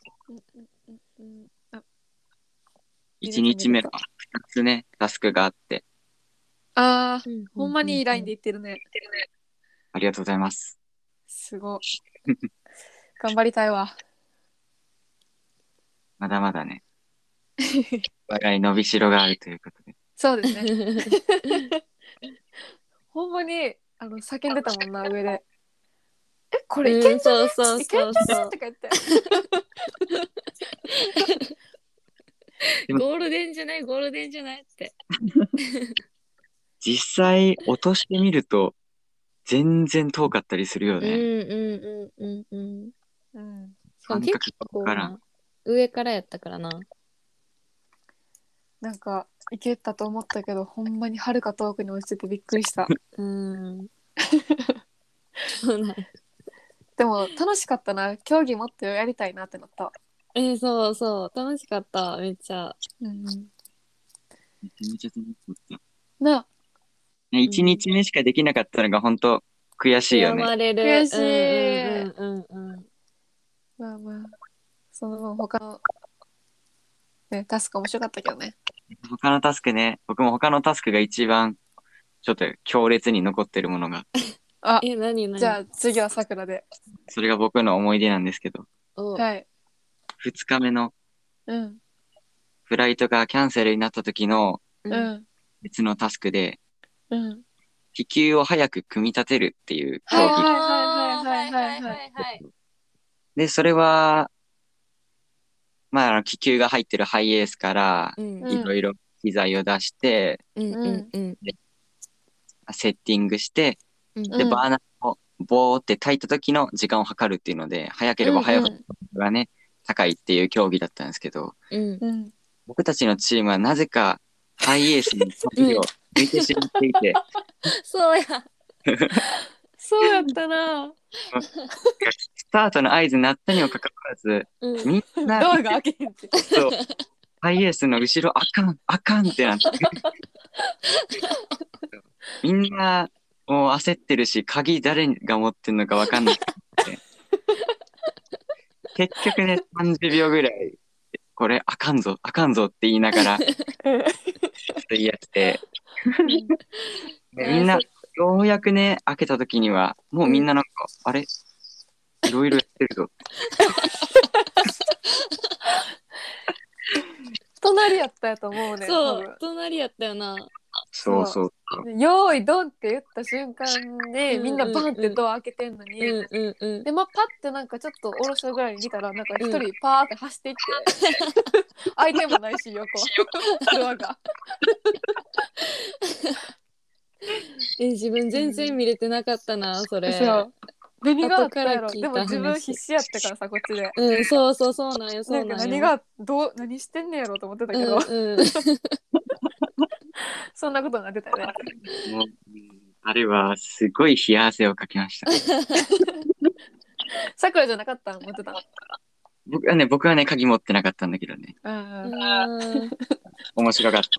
[SPEAKER 1] 見れ
[SPEAKER 4] 一
[SPEAKER 1] た
[SPEAKER 4] 日目
[SPEAKER 1] 見れ
[SPEAKER 4] の2つね、タスクがあって、
[SPEAKER 1] あー、ほんまにいいラインで。言ってるね。
[SPEAKER 4] ありがとうございます。
[SPEAKER 1] すごい。頑張りたい (laughs) わ。
[SPEAKER 4] まだまだね、お互い伸びしろがあるということで。
[SPEAKER 1] そうですね。ほんまにあの叫んでたもんな、上で。え、これいけんじゃ
[SPEAKER 5] うんそ
[SPEAKER 1] ん
[SPEAKER 5] うそう
[SPEAKER 1] いけ
[SPEAKER 5] そ
[SPEAKER 1] ん
[SPEAKER 5] う
[SPEAKER 1] じゃ
[SPEAKER 5] そ
[SPEAKER 1] ね
[SPEAKER 5] う
[SPEAKER 1] とか言って。
[SPEAKER 5] ゴールデンじゃないゴールデンじゃないって。
[SPEAKER 4] 実際、落としてみると、全然遠かったりするよ
[SPEAKER 5] うん
[SPEAKER 4] ね。
[SPEAKER 5] うんうんうんうん。
[SPEAKER 1] うん、
[SPEAKER 5] しかも結構
[SPEAKER 4] 感覚わからん
[SPEAKER 5] な上からやったからな。
[SPEAKER 1] なんか、いけたと思ったけど、ほんまにはるか遠くに落ちててびっくりした。
[SPEAKER 5] うん。そうなん
[SPEAKER 1] でも、楽しかったな。競技もっとやりたいなってなった。
[SPEAKER 5] えー、そうそう。楽しかった。めっちゃ。
[SPEAKER 1] うん、
[SPEAKER 4] めちゃめちゃ楽しかった。
[SPEAKER 1] な、
[SPEAKER 4] ね、1日目しかできなかったのが本当悔しいよ
[SPEAKER 5] 悔や
[SPEAKER 4] ね。
[SPEAKER 5] まれる。
[SPEAKER 1] 悔しい
[SPEAKER 5] い。うんうんうんうん。
[SPEAKER 1] まあまあ、その分他の、ね、タスク面白かったけどね。
[SPEAKER 4] 他のタスクね、僕も他のタスクが一番ちょっと強烈に残ってるものが、
[SPEAKER 1] あ、
[SPEAKER 5] え、何何
[SPEAKER 1] じゃあ次はさくらで。
[SPEAKER 4] それが僕の思い出なんですけど、
[SPEAKER 5] お
[SPEAKER 1] はい。
[SPEAKER 4] 2日目の
[SPEAKER 1] うん。
[SPEAKER 4] フライトがキャンセルになった時の
[SPEAKER 5] う
[SPEAKER 1] うんん。
[SPEAKER 4] 別のタスクで、
[SPEAKER 1] うん。
[SPEAKER 4] 気球を早く組み立てるっていう競
[SPEAKER 1] はいはい
[SPEAKER 4] 技。
[SPEAKER 1] はいはいはいはい
[SPEAKER 5] はい。
[SPEAKER 4] で、それは、まあ、あの気球が入ってるハイエースから、
[SPEAKER 5] うん
[SPEAKER 1] うん
[SPEAKER 4] いろいろ機材を出して、
[SPEAKER 5] うんうんうん
[SPEAKER 4] セッティングして、で、
[SPEAKER 1] うん
[SPEAKER 4] バーナーをボーって炊いた時の時間を計るっていうので、早ければ早かった方がね、高いっていう競技だったんですけど、
[SPEAKER 5] うん。
[SPEAKER 1] うん。
[SPEAKER 4] 僕たちのチームはなぜかハイエースに時を抜いてしまっていて、
[SPEAKER 5] そうや。
[SPEAKER 1] そうやったな。
[SPEAKER 4] スタートの合図になったにもかかわらず、
[SPEAKER 5] うん
[SPEAKER 4] みんな、
[SPEAKER 1] ドアが開けへんって。
[SPEAKER 4] そうハイエースの後ろ、あかん、あかんってなって。みんな、もう焦ってるし、鍵誰が持ってんのかわかんなくて。結局ね、30秒ぐらい、これ、あかんぞ、あかんぞって言いながら、言い合って。でみんな、ようやくね、開けた時には、もうみんななんか、あれいろいろやってるぞ。
[SPEAKER 1] 隣やったやと思うね。
[SPEAKER 5] そ
[SPEAKER 1] 多分
[SPEAKER 5] う、隣やったよな。
[SPEAKER 4] そうそう。
[SPEAKER 1] 用意ドンって言った瞬間に
[SPEAKER 5] うん
[SPEAKER 1] みんなバンってドア開けてんのに、
[SPEAKER 5] うんうんうん。
[SPEAKER 1] でまあパッてなんかちょっと下ろしたぐらいに見たらなんか一人パーって走っていって、
[SPEAKER 5] (laughs)
[SPEAKER 1] 開いてもないし横ドアが
[SPEAKER 5] え、自分全然見れてなかったな、それ。
[SPEAKER 1] そう何があったやろ
[SPEAKER 5] 後から聞い
[SPEAKER 1] で
[SPEAKER 5] た話
[SPEAKER 1] も自分必死やったからさこっちで
[SPEAKER 5] うん、そうそうそうなんよ、そ
[SPEAKER 1] な
[SPEAKER 5] うんな
[SPEAKER 1] か
[SPEAKER 5] んよ。
[SPEAKER 1] 何がどう何してんねやろと思ってたけど、
[SPEAKER 5] うんうん、
[SPEAKER 1] そんなことになってたよね
[SPEAKER 4] もううんあれはすごい冷や汗をかきました。
[SPEAKER 1] さくらじゃなかったん持ってたん
[SPEAKER 4] 僕はね、僕はね、鍵持ってなかったんだけどね。
[SPEAKER 1] うんうん
[SPEAKER 5] うん
[SPEAKER 4] 面白かった。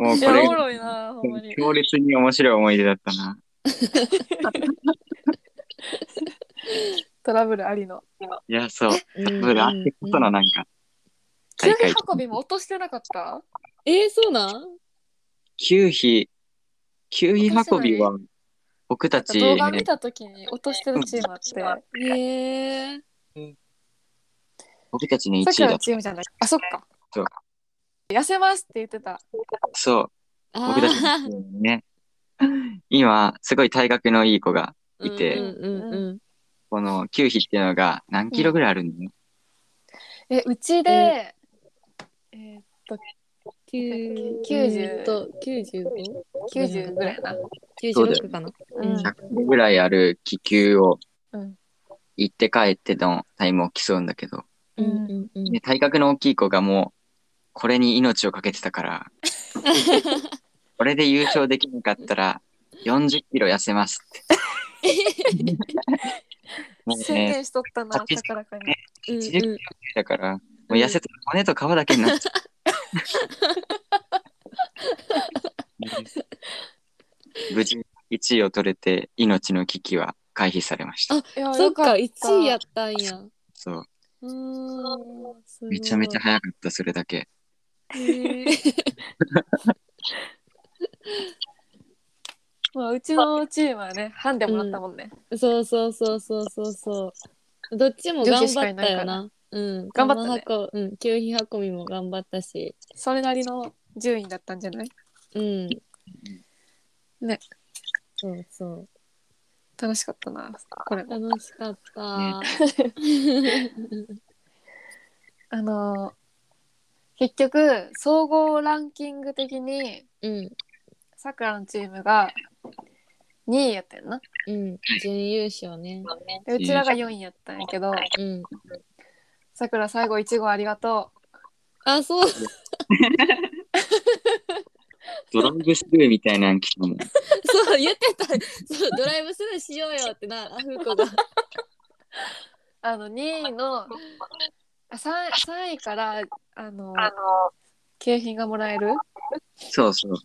[SPEAKER 4] もう
[SPEAKER 1] い
[SPEAKER 4] こ
[SPEAKER 1] や
[SPEAKER 4] れ
[SPEAKER 1] おも、ろいなほんまに
[SPEAKER 4] 強烈に面白い思い出だったな。
[SPEAKER 1] トラブルありの
[SPEAKER 4] いや、そう。
[SPEAKER 5] うん
[SPEAKER 4] それあってこそのなんか、
[SPEAKER 1] 球
[SPEAKER 4] 大
[SPEAKER 1] 技
[SPEAKER 4] 会。
[SPEAKER 1] 運びも落としてなかった
[SPEAKER 5] えー、そうなん
[SPEAKER 4] 球皮、球皮運びは、僕たち、
[SPEAKER 1] 動画
[SPEAKER 4] ね
[SPEAKER 1] 見た時に落としてるチームあって
[SPEAKER 5] えー、
[SPEAKER 4] 僕たちね、1
[SPEAKER 1] さ
[SPEAKER 4] 位
[SPEAKER 1] くら
[SPEAKER 4] だ
[SPEAKER 1] の
[SPEAKER 4] っ
[SPEAKER 1] チームじゃないあそっか
[SPEAKER 4] そう
[SPEAKER 1] 痩せますって言ってた
[SPEAKER 4] た。そう。
[SPEAKER 5] あ
[SPEAKER 4] 僕たち
[SPEAKER 5] ー
[SPEAKER 4] ね。今、すごい体格のいい子が、いて
[SPEAKER 5] うんうんうん
[SPEAKER 4] この球皮っていうのが何キロぐらいあるの、
[SPEAKER 1] えうちで、えー
[SPEAKER 5] うん、
[SPEAKER 1] 90
[SPEAKER 5] と95
[SPEAKER 1] 90ぐらいな。
[SPEAKER 4] そうだよ
[SPEAKER 5] 96かな。
[SPEAKER 1] う
[SPEAKER 5] うん
[SPEAKER 1] ん
[SPEAKER 4] ?100 キロぐらいある気球を
[SPEAKER 1] うん
[SPEAKER 4] 行って帰ってのタイムを競うんだけど、
[SPEAKER 1] うん
[SPEAKER 5] うんうん
[SPEAKER 4] で体格の大きい子がもうこれに命をかけて
[SPEAKER 5] (laughs)
[SPEAKER 4] たから、これで優勝できなかったら40キロ痩せますって。
[SPEAKER 5] (laughs)
[SPEAKER 4] もう
[SPEAKER 1] 宣
[SPEAKER 4] ね、
[SPEAKER 1] 言しとったな、
[SPEAKER 4] 80
[SPEAKER 1] 高らかに。
[SPEAKER 5] うん
[SPEAKER 4] 80キロだから、もう痩せたら骨と皮だけになっちゃ
[SPEAKER 5] (laughs)
[SPEAKER 4] う。無事1位を取れて命の危機は回避されました。
[SPEAKER 1] いや
[SPEAKER 5] そっか、
[SPEAKER 1] よた
[SPEAKER 5] 1位やったんや。
[SPEAKER 4] そう
[SPEAKER 5] うーんすごい
[SPEAKER 4] めちゃめちゃ早かった、それだけ。
[SPEAKER 5] へー
[SPEAKER 1] まあ、うちのチームはね、ハンデもらったもんね。
[SPEAKER 5] そうそうそうそうそうそう。どっちも頑張ったよな。うん、
[SPEAKER 1] 頑張ったね
[SPEAKER 5] 玉箱うん、給費運びも頑張ったし。
[SPEAKER 1] それなりの順位だったんじゃない
[SPEAKER 5] うん。
[SPEAKER 1] ね。
[SPEAKER 5] そうそう。
[SPEAKER 1] 楽しかったな、これも。
[SPEAKER 5] 楽しかった。
[SPEAKER 1] あのー結局、総合ランキング的に、
[SPEAKER 5] うん。
[SPEAKER 1] さくらのチームが2位やったよな。
[SPEAKER 5] うん。準優勝ね。
[SPEAKER 1] で、うちらが4位やったんやけど、
[SPEAKER 5] うん。
[SPEAKER 1] さくら最後1号ありがと
[SPEAKER 5] あ、そう。
[SPEAKER 4] ドライブスルーみたいなの来たもん。
[SPEAKER 5] そう言ってたそうドライブスルーしようよってなあふうこが
[SPEAKER 1] う。あの、2位の、あ 3, 位から、あのー景品がもらえる
[SPEAKER 4] そうそう。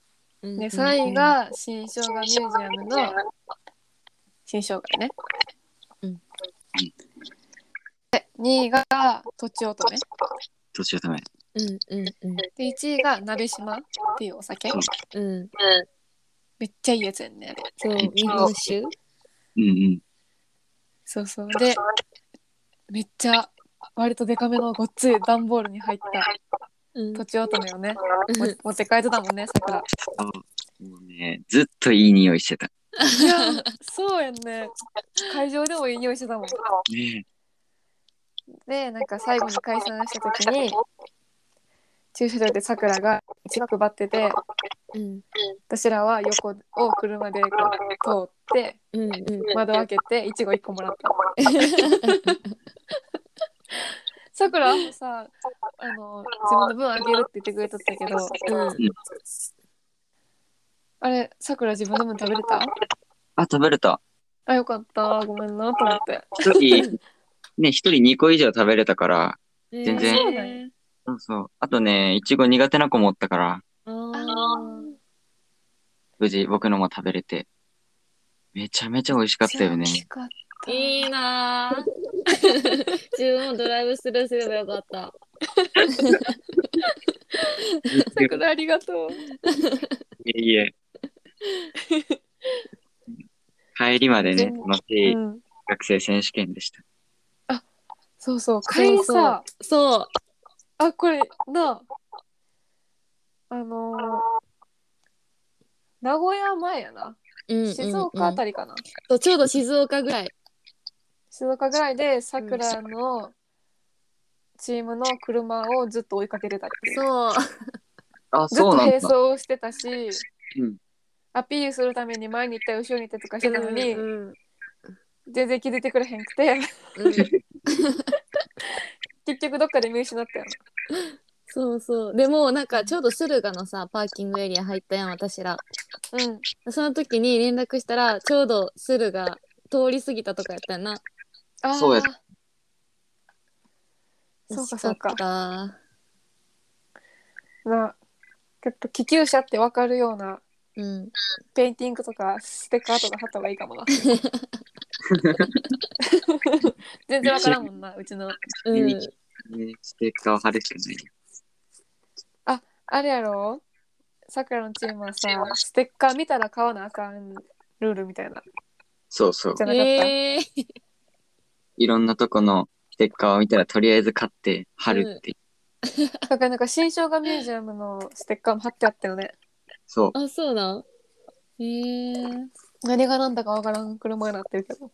[SPEAKER 1] で3位が新生姜ミュージアムの新生姜ね。
[SPEAKER 5] うん
[SPEAKER 1] で2位がとちおとめ
[SPEAKER 4] 年をため。
[SPEAKER 5] うんうんうん
[SPEAKER 1] で1位が鍋島っていうお酒
[SPEAKER 4] そう
[SPEAKER 5] うん
[SPEAKER 1] めっちゃいいやつやんねあれ
[SPEAKER 5] そう日本酒
[SPEAKER 4] うんうん。
[SPEAKER 1] そうそうでめっちゃ割とデカめのごっつい段ボールに入った
[SPEAKER 5] うん
[SPEAKER 1] とちおとめをねも持って帰ってたもんねさくら
[SPEAKER 4] そうもうね、ずっといい匂いしてた。
[SPEAKER 1] いやそうやんね会場でもいい匂いしてたもん
[SPEAKER 4] ね
[SPEAKER 1] でなんか最後に解散した時に駐車場でさくらが一番配ってて
[SPEAKER 5] うん
[SPEAKER 1] 私らは横を車でこう通って
[SPEAKER 5] うんうん
[SPEAKER 1] 窓開けていちご1個もらったさくらもさあの自分の分あげるって言ってくれとったけど
[SPEAKER 5] うん
[SPEAKER 1] あれさくら自分の分食べれた
[SPEAKER 4] あ、食べれた。
[SPEAKER 1] あよかったごめんなと思って
[SPEAKER 4] 一人、ね、一人2個以上食べれたから。全然
[SPEAKER 1] そうなんや
[SPEAKER 4] そうそう。あとね、いちご苦手な子もおったから、
[SPEAKER 5] あー
[SPEAKER 4] 無事僕のも食べれて。めちゃめちゃ美味しかったよね。
[SPEAKER 1] 美味しかった
[SPEAKER 5] いいなぁ自分もドライブスルーすればよかった
[SPEAKER 1] さくらありがとう
[SPEAKER 4] いえいえ。帰りまでね、楽しい
[SPEAKER 1] うん
[SPEAKER 4] 学生選手権でした。
[SPEAKER 1] そうそう帰りさ
[SPEAKER 5] そう
[SPEAKER 1] あこれなああのー名古屋前やな。
[SPEAKER 2] うんうん
[SPEAKER 1] 静岡あたりかな。
[SPEAKER 2] そうちょうど静岡ぐらい
[SPEAKER 1] 静岡ぐらいで、さくらのチームの車をずっと追いかけてたっていう。
[SPEAKER 2] そう
[SPEAKER 4] あ、
[SPEAKER 1] ずっ
[SPEAKER 4] そう
[SPEAKER 1] と
[SPEAKER 4] なん
[SPEAKER 1] 並
[SPEAKER 4] だ。
[SPEAKER 1] 走をしてたし、
[SPEAKER 4] うん
[SPEAKER 1] アピールするために前に行ったり後ろに行ったりとかしてたのに、
[SPEAKER 2] うんうん
[SPEAKER 1] 全然気づいてくれへんくて、 (laughs)
[SPEAKER 2] うん
[SPEAKER 1] 結局どっかで見失ったよな。
[SPEAKER 2] そうそうでもなんかちょうど駿河のさパーキングエリア入ったやん私ら
[SPEAKER 1] うん。
[SPEAKER 2] その時に連絡したらちょうど駿河通り過ぎたとかやったよな
[SPEAKER 1] あー
[SPEAKER 4] そうやっ
[SPEAKER 1] そうかそうか
[SPEAKER 2] 惜しった
[SPEAKER 1] なやっぱ気球車って分かるような
[SPEAKER 2] うん
[SPEAKER 1] ペインティングとかステッカーとか貼った方がいいかもな。全然分からんもんなうちの。
[SPEAKER 2] うん
[SPEAKER 4] ねステッカーは貼るしかない。
[SPEAKER 1] あれやろさくらのチームはさステッカー見たら買わなあかんルールみたいな
[SPEAKER 4] そうそう
[SPEAKER 1] じ。ゃなかった、
[SPEAKER 2] えー
[SPEAKER 4] いろんなとこのステッカーを見たら、とりあえず買って貼るっていう。
[SPEAKER 1] だからなんか新生姜ミュージアムのステッカーも貼ってあったよね。
[SPEAKER 4] そう。
[SPEAKER 2] あそうなんえー、
[SPEAKER 1] 何がなんだかわからん車になってるけ (laughs) ど。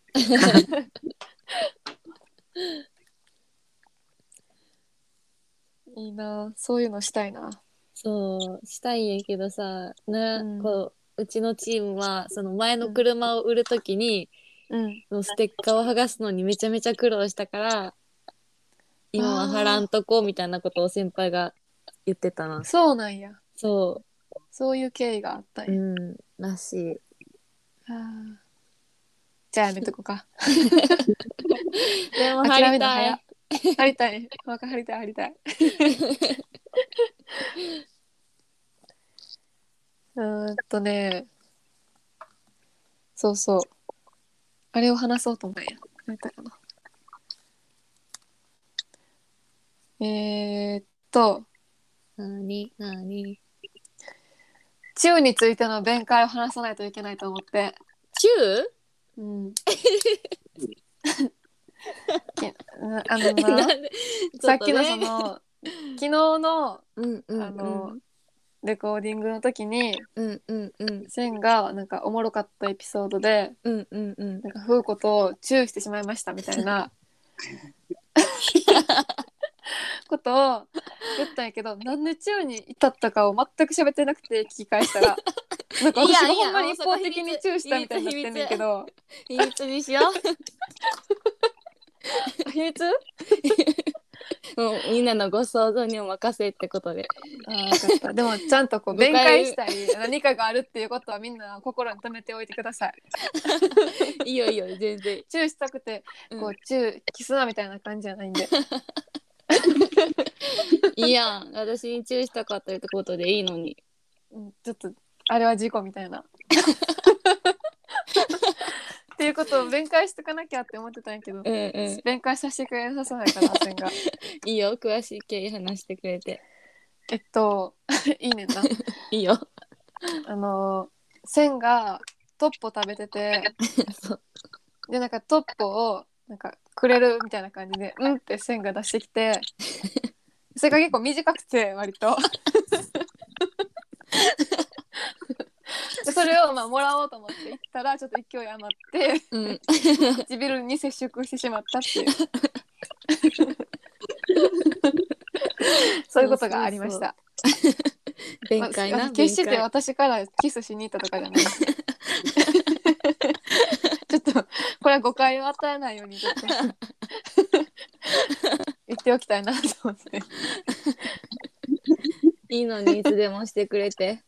[SPEAKER 1] いいなあそういうのしたいな。
[SPEAKER 2] そうしたいんやけどさな、
[SPEAKER 1] うん
[SPEAKER 2] こううちのチームはその前の車を売るときに、
[SPEAKER 1] うん。
[SPEAKER 2] そのステッカーを剥がすのにめちゃめちゃ苦労したから今は貼らんとこみたいなことを先輩が言ってたな
[SPEAKER 1] そうなんや。
[SPEAKER 2] そ
[SPEAKER 1] そういう経緯があったん
[SPEAKER 2] うう
[SPEAKER 1] や。
[SPEAKER 2] んらしい
[SPEAKER 1] ああじゃあやめとこうか。
[SPEAKER 2] でも貼
[SPEAKER 1] 諦め
[SPEAKER 2] り
[SPEAKER 1] た
[SPEAKER 2] たい
[SPEAKER 1] 早。貼りたい。わか貼りたい貼りたい。 (laughs) うーんとね。そうそう。あれを話そうと思ったんや。何やったかな。えー、っと、
[SPEAKER 2] なになに
[SPEAKER 1] チューについての弁解を話さないといけないと思って。
[SPEAKER 2] チ (laughs)
[SPEAKER 1] うん。いやなあの
[SPEAKER 2] ュー (laughs) な
[SPEAKER 1] なん
[SPEAKER 2] で
[SPEAKER 1] さっきの
[SPEAKER 2] ちょ
[SPEAKER 1] そ
[SPEAKER 2] とね
[SPEAKER 1] の昨日の
[SPEAKER 2] うんうん
[SPEAKER 1] あのレコーディングの時に
[SPEAKER 2] うんうんうん
[SPEAKER 1] センがなんかおもろかったエピソードで
[SPEAKER 2] うんうんうん
[SPEAKER 1] なんか風子とチューしてしまいましたみたい (laughs) なことを言ったんやけどなんでチューに至ったかを全く喋ってなくて聞き返したらなんか
[SPEAKER 2] い
[SPEAKER 1] 私
[SPEAKER 2] や
[SPEAKER 1] が
[SPEAKER 2] いや
[SPEAKER 1] ほんまに一方的
[SPEAKER 2] 大
[SPEAKER 1] に
[SPEAKER 2] 阪
[SPEAKER 1] チューしたみたいになってんねんけど
[SPEAKER 2] 秘密にしよう
[SPEAKER 1] 秘密
[SPEAKER 2] (laughs) もうみんなのご想像にお任せってことで。
[SPEAKER 1] あーよかったでもちゃんとこう
[SPEAKER 2] 誤解
[SPEAKER 1] 弁解したり何かがあるっていうことはみんな心に留めておいてください。
[SPEAKER 2] いいよいいよ、全然。
[SPEAKER 1] チューしたくてこ
[SPEAKER 2] う
[SPEAKER 1] うんチューキスなみたいな感じじゃないんで
[SPEAKER 2] いいやん。私に注意したかったってことでいいのに。
[SPEAKER 1] うんちょっとあれは事故みたいな。っていうことを弁解してかなきゃって思ってたんやけど、
[SPEAKER 2] うんう
[SPEAKER 1] 弁解させてくれさせないかなせんが。
[SPEAKER 2] ん。いいよ、詳しい経緯話してくれて。
[SPEAKER 1] えっと (laughs) いいねんな。
[SPEAKER 2] いいよ。
[SPEAKER 1] あのせんがトッポ食べてて
[SPEAKER 2] (laughs) そう
[SPEAKER 1] でなんかトッポをなんかくれるみたいな感じで「うん」って線が出してき
[SPEAKER 2] (laughs)
[SPEAKER 1] てそれが結構短くて割とでそれをまあもらおうと思って行ったらちょっと勢い余って
[SPEAKER 2] (laughs) うん。
[SPEAKER 1] 唇に接触してしまったって
[SPEAKER 2] (laughs)
[SPEAKER 1] いうそういうことがありました
[SPEAKER 2] 弁解
[SPEAKER 1] まあ
[SPEAKER 2] な。
[SPEAKER 1] 決して
[SPEAKER 2] 弁解
[SPEAKER 1] 私からキスしに行ったとかじゃ
[SPEAKER 2] (laughs)
[SPEAKER 1] ないちょっとこれは誤解を与えないように
[SPEAKER 2] (laughs)
[SPEAKER 1] ちょっと言っておきたいなと思って
[SPEAKER 2] いいのにいつでもしてくれて。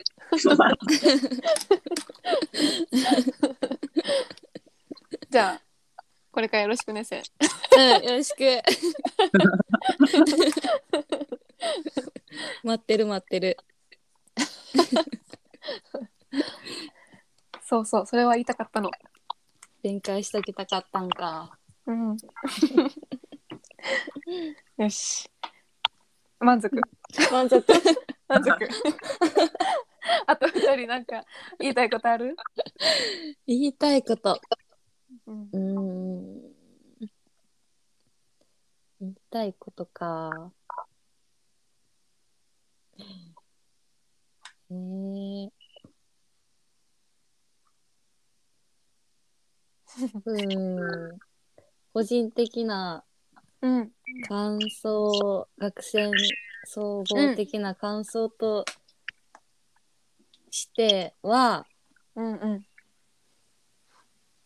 [SPEAKER 1] じゃあこれからよろしくねせん
[SPEAKER 2] うん、よろしく。 (laughs) 待ってる待ってる。
[SPEAKER 1] そうそうそれは言いたかったの
[SPEAKER 2] 弁解しときたかったんか。
[SPEAKER 1] うん (laughs) よし満足
[SPEAKER 2] (laughs) 満足。
[SPEAKER 1] 満足あと二人なんか言いたいことある、
[SPEAKER 2] (laughs) 言いたいこと。
[SPEAKER 1] うん
[SPEAKER 2] う、ーん。言いたいことか。ねえうん。個人的な
[SPEAKER 1] うん。
[SPEAKER 2] 感想、学生総合的な感想としては、
[SPEAKER 1] うんうん。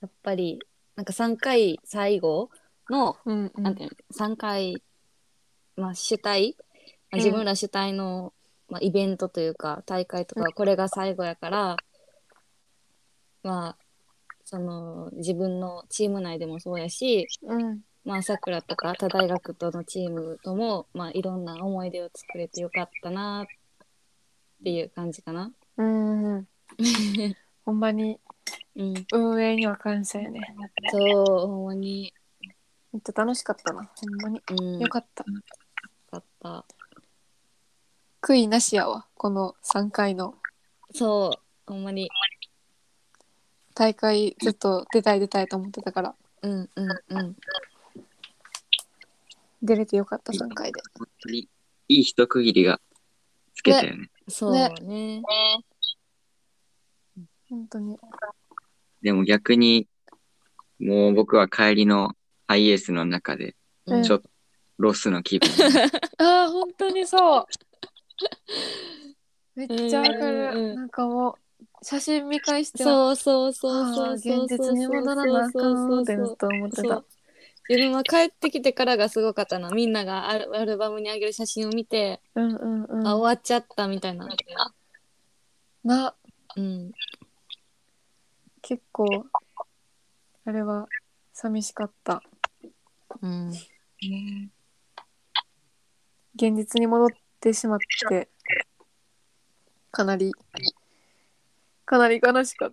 [SPEAKER 2] やっぱり、なんか3回最後の、
[SPEAKER 1] うんう
[SPEAKER 2] なん
[SPEAKER 1] ん。
[SPEAKER 2] ていうの、3回、まあ、主体、まあ
[SPEAKER 1] うん
[SPEAKER 2] 自分ら主体の、まあ、イベントというか、大会とか、これが最後やから、まあ、その、自分のチーム内でもそうやし、
[SPEAKER 1] うん。
[SPEAKER 2] まあ、さくらとか他大学とのチームとも、まあ、いろんな思い出を作れてよかったなっていう感じか (laughs) な。
[SPEAKER 1] うんうん。ほんまに
[SPEAKER 2] うん、
[SPEAKER 1] 運営には感謝やね。
[SPEAKER 2] そう、ほんまに、
[SPEAKER 1] めっちゃ楽しかったな。ほんまに。
[SPEAKER 2] うん、
[SPEAKER 1] よ
[SPEAKER 2] よか
[SPEAKER 1] かった。
[SPEAKER 2] った。
[SPEAKER 1] 悔いなしやわ。この3回の
[SPEAKER 2] そう、ほんまに、
[SPEAKER 1] 大会ずっと出たい出たいと思ってたから。
[SPEAKER 2] うんうんうん。
[SPEAKER 1] 出れてよかった3回で。
[SPEAKER 4] 本当にいい一区切りがつけたよね。
[SPEAKER 2] そうね。
[SPEAKER 1] 本当に。
[SPEAKER 4] でも逆に、もう僕は帰りのハイエースの中で、
[SPEAKER 1] うん
[SPEAKER 4] ちょっとロスの気分になっ
[SPEAKER 1] ああ、本当にそう。 (laughs) めっちゃわか
[SPEAKER 2] うんうんう
[SPEAKER 1] る。
[SPEAKER 2] ん
[SPEAKER 1] なんかもう、写真見返しては、
[SPEAKER 2] そうそうそう
[SPEAKER 1] あ
[SPEAKER 2] そ
[SPEAKER 1] あ
[SPEAKER 2] うそう。
[SPEAKER 1] 現実に戻らなあかんってずっと思って
[SPEAKER 2] そう
[SPEAKER 1] た。
[SPEAKER 2] 自分は帰ってきてからがすごかったな。みんながアルアルバムにあげる写真を見て、
[SPEAKER 1] うんうんうん。
[SPEAKER 2] あ、終わっちゃったみたいな。
[SPEAKER 1] な、
[SPEAKER 2] うん。
[SPEAKER 1] 結構、あれは寂しかった。
[SPEAKER 2] うん。
[SPEAKER 1] 現実に戻ってしまって、かなり、かなり悲しか (laughs) っ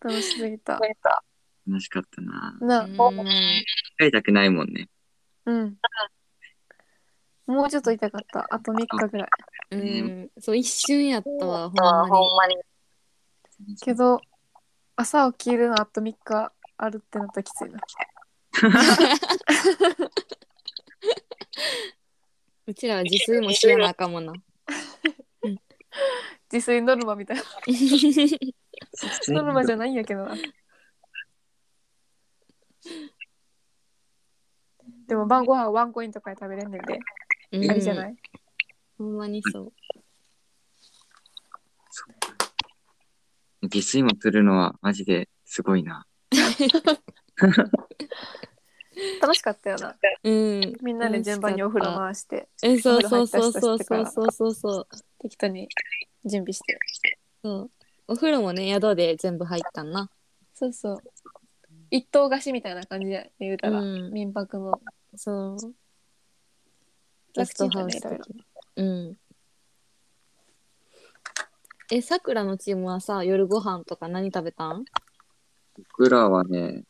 [SPEAKER 1] た。楽しすぎた。
[SPEAKER 4] て楽しかったな。
[SPEAKER 1] な、
[SPEAKER 4] 帰りたくないもんね。
[SPEAKER 1] うん。もうちょっと痛かった。あと3日ぐらい。
[SPEAKER 2] うん、そう一瞬やったわ、ほんまに。
[SPEAKER 1] けど朝起きるのあと3日あるってなったらきついな
[SPEAKER 2] うちらは自炊もしやなあかんもんな。。
[SPEAKER 1] 自炊ノルマみたいなノルマじゃないんやけどなでも晩ご飯はワンコインとかで食べれんねんで、あれじゃないい
[SPEAKER 2] ほんまにそう。
[SPEAKER 4] 自炊もするのはマジですごいな。
[SPEAKER 1] 楽しかったよな
[SPEAKER 2] うん。
[SPEAKER 1] みんなで順番にお風呂回して
[SPEAKER 2] え、そうそうそうそうそうそうそうそう。
[SPEAKER 1] 適当に準備して
[SPEAKER 2] そう。お風呂もね、宿で全部入ったんな。
[SPEAKER 1] そうそう一棟貸しみたいな感じで言うたら、
[SPEAKER 2] うん
[SPEAKER 1] 民泊の
[SPEAKER 2] そう。ゲ
[SPEAKER 1] 楽
[SPEAKER 2] ス
[SPEAKER 1] ち
[SPEAKER 2] ト
[SPEAKER 1] んだね
[SPEAKER 2] ハウ
[SPEAKER 1] い
[SPEAKER 2] ス
[SPEAKER 1] ろいろ
[SPEAKER 2] 的な。うん。え、さくらのチームはさ、夜ご飯とか何食べたん
[SPEAKER 4] 僕らはね、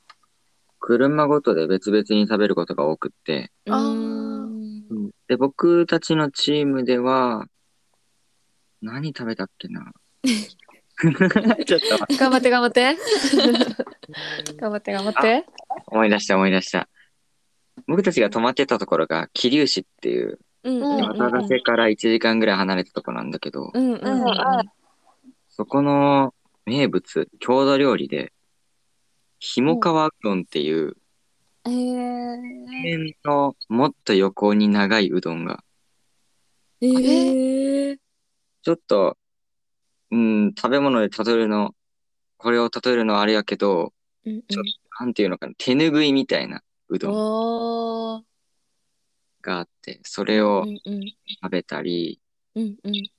[SPEAKER 4] 車ごとで別々に食べることが多くって、
[SPEAKER 1] あー
[SPEAKER 2] うん
[SPEAKER 4] で、僕たちのチームでは、何食べたっけな (laughs) ちょっと待って
[SPEAKER 1] 頑張って頑張って頑張って頑張って
[SPEAKER 4] 思い出した思い出した。僕たちが泊まってたところが桐生市っていう、
[SPEAKER 2] うん
[SPEAKER 1] うん
[SPEAKER 2] うん
[SPEAKER 4] 渡瀬から1時間ぐらい離れたとこなんだけど、
[SPEAKER 2] うんうん
[SPEAKER 4] そこの名物、郷土料理で、ひもかわうどんっていう、
[SPEAKER 2] うん。えー。
[SPEAKER 4] 麺のもっと横に長いうどんが、
[SPEAKER 2] えー、
[SPEAKER 4] ちょっと、うん、食べ物で例えるの、これを例えるのはあれやけど、
[SPEAKER 2] うん
[SPEAKER 4] ちょっなんていうのかな、手ぬぐいみたいなう
[SPEAKER 2] うん、
[SPEAKER 4] どん
[SPEAKER 2] おー
[SPEAKER 4] があって、それを
[SPEAKER 2] うんうん
[SPEAKER 4] 食べたり、
[SPEAKER 2] うんうん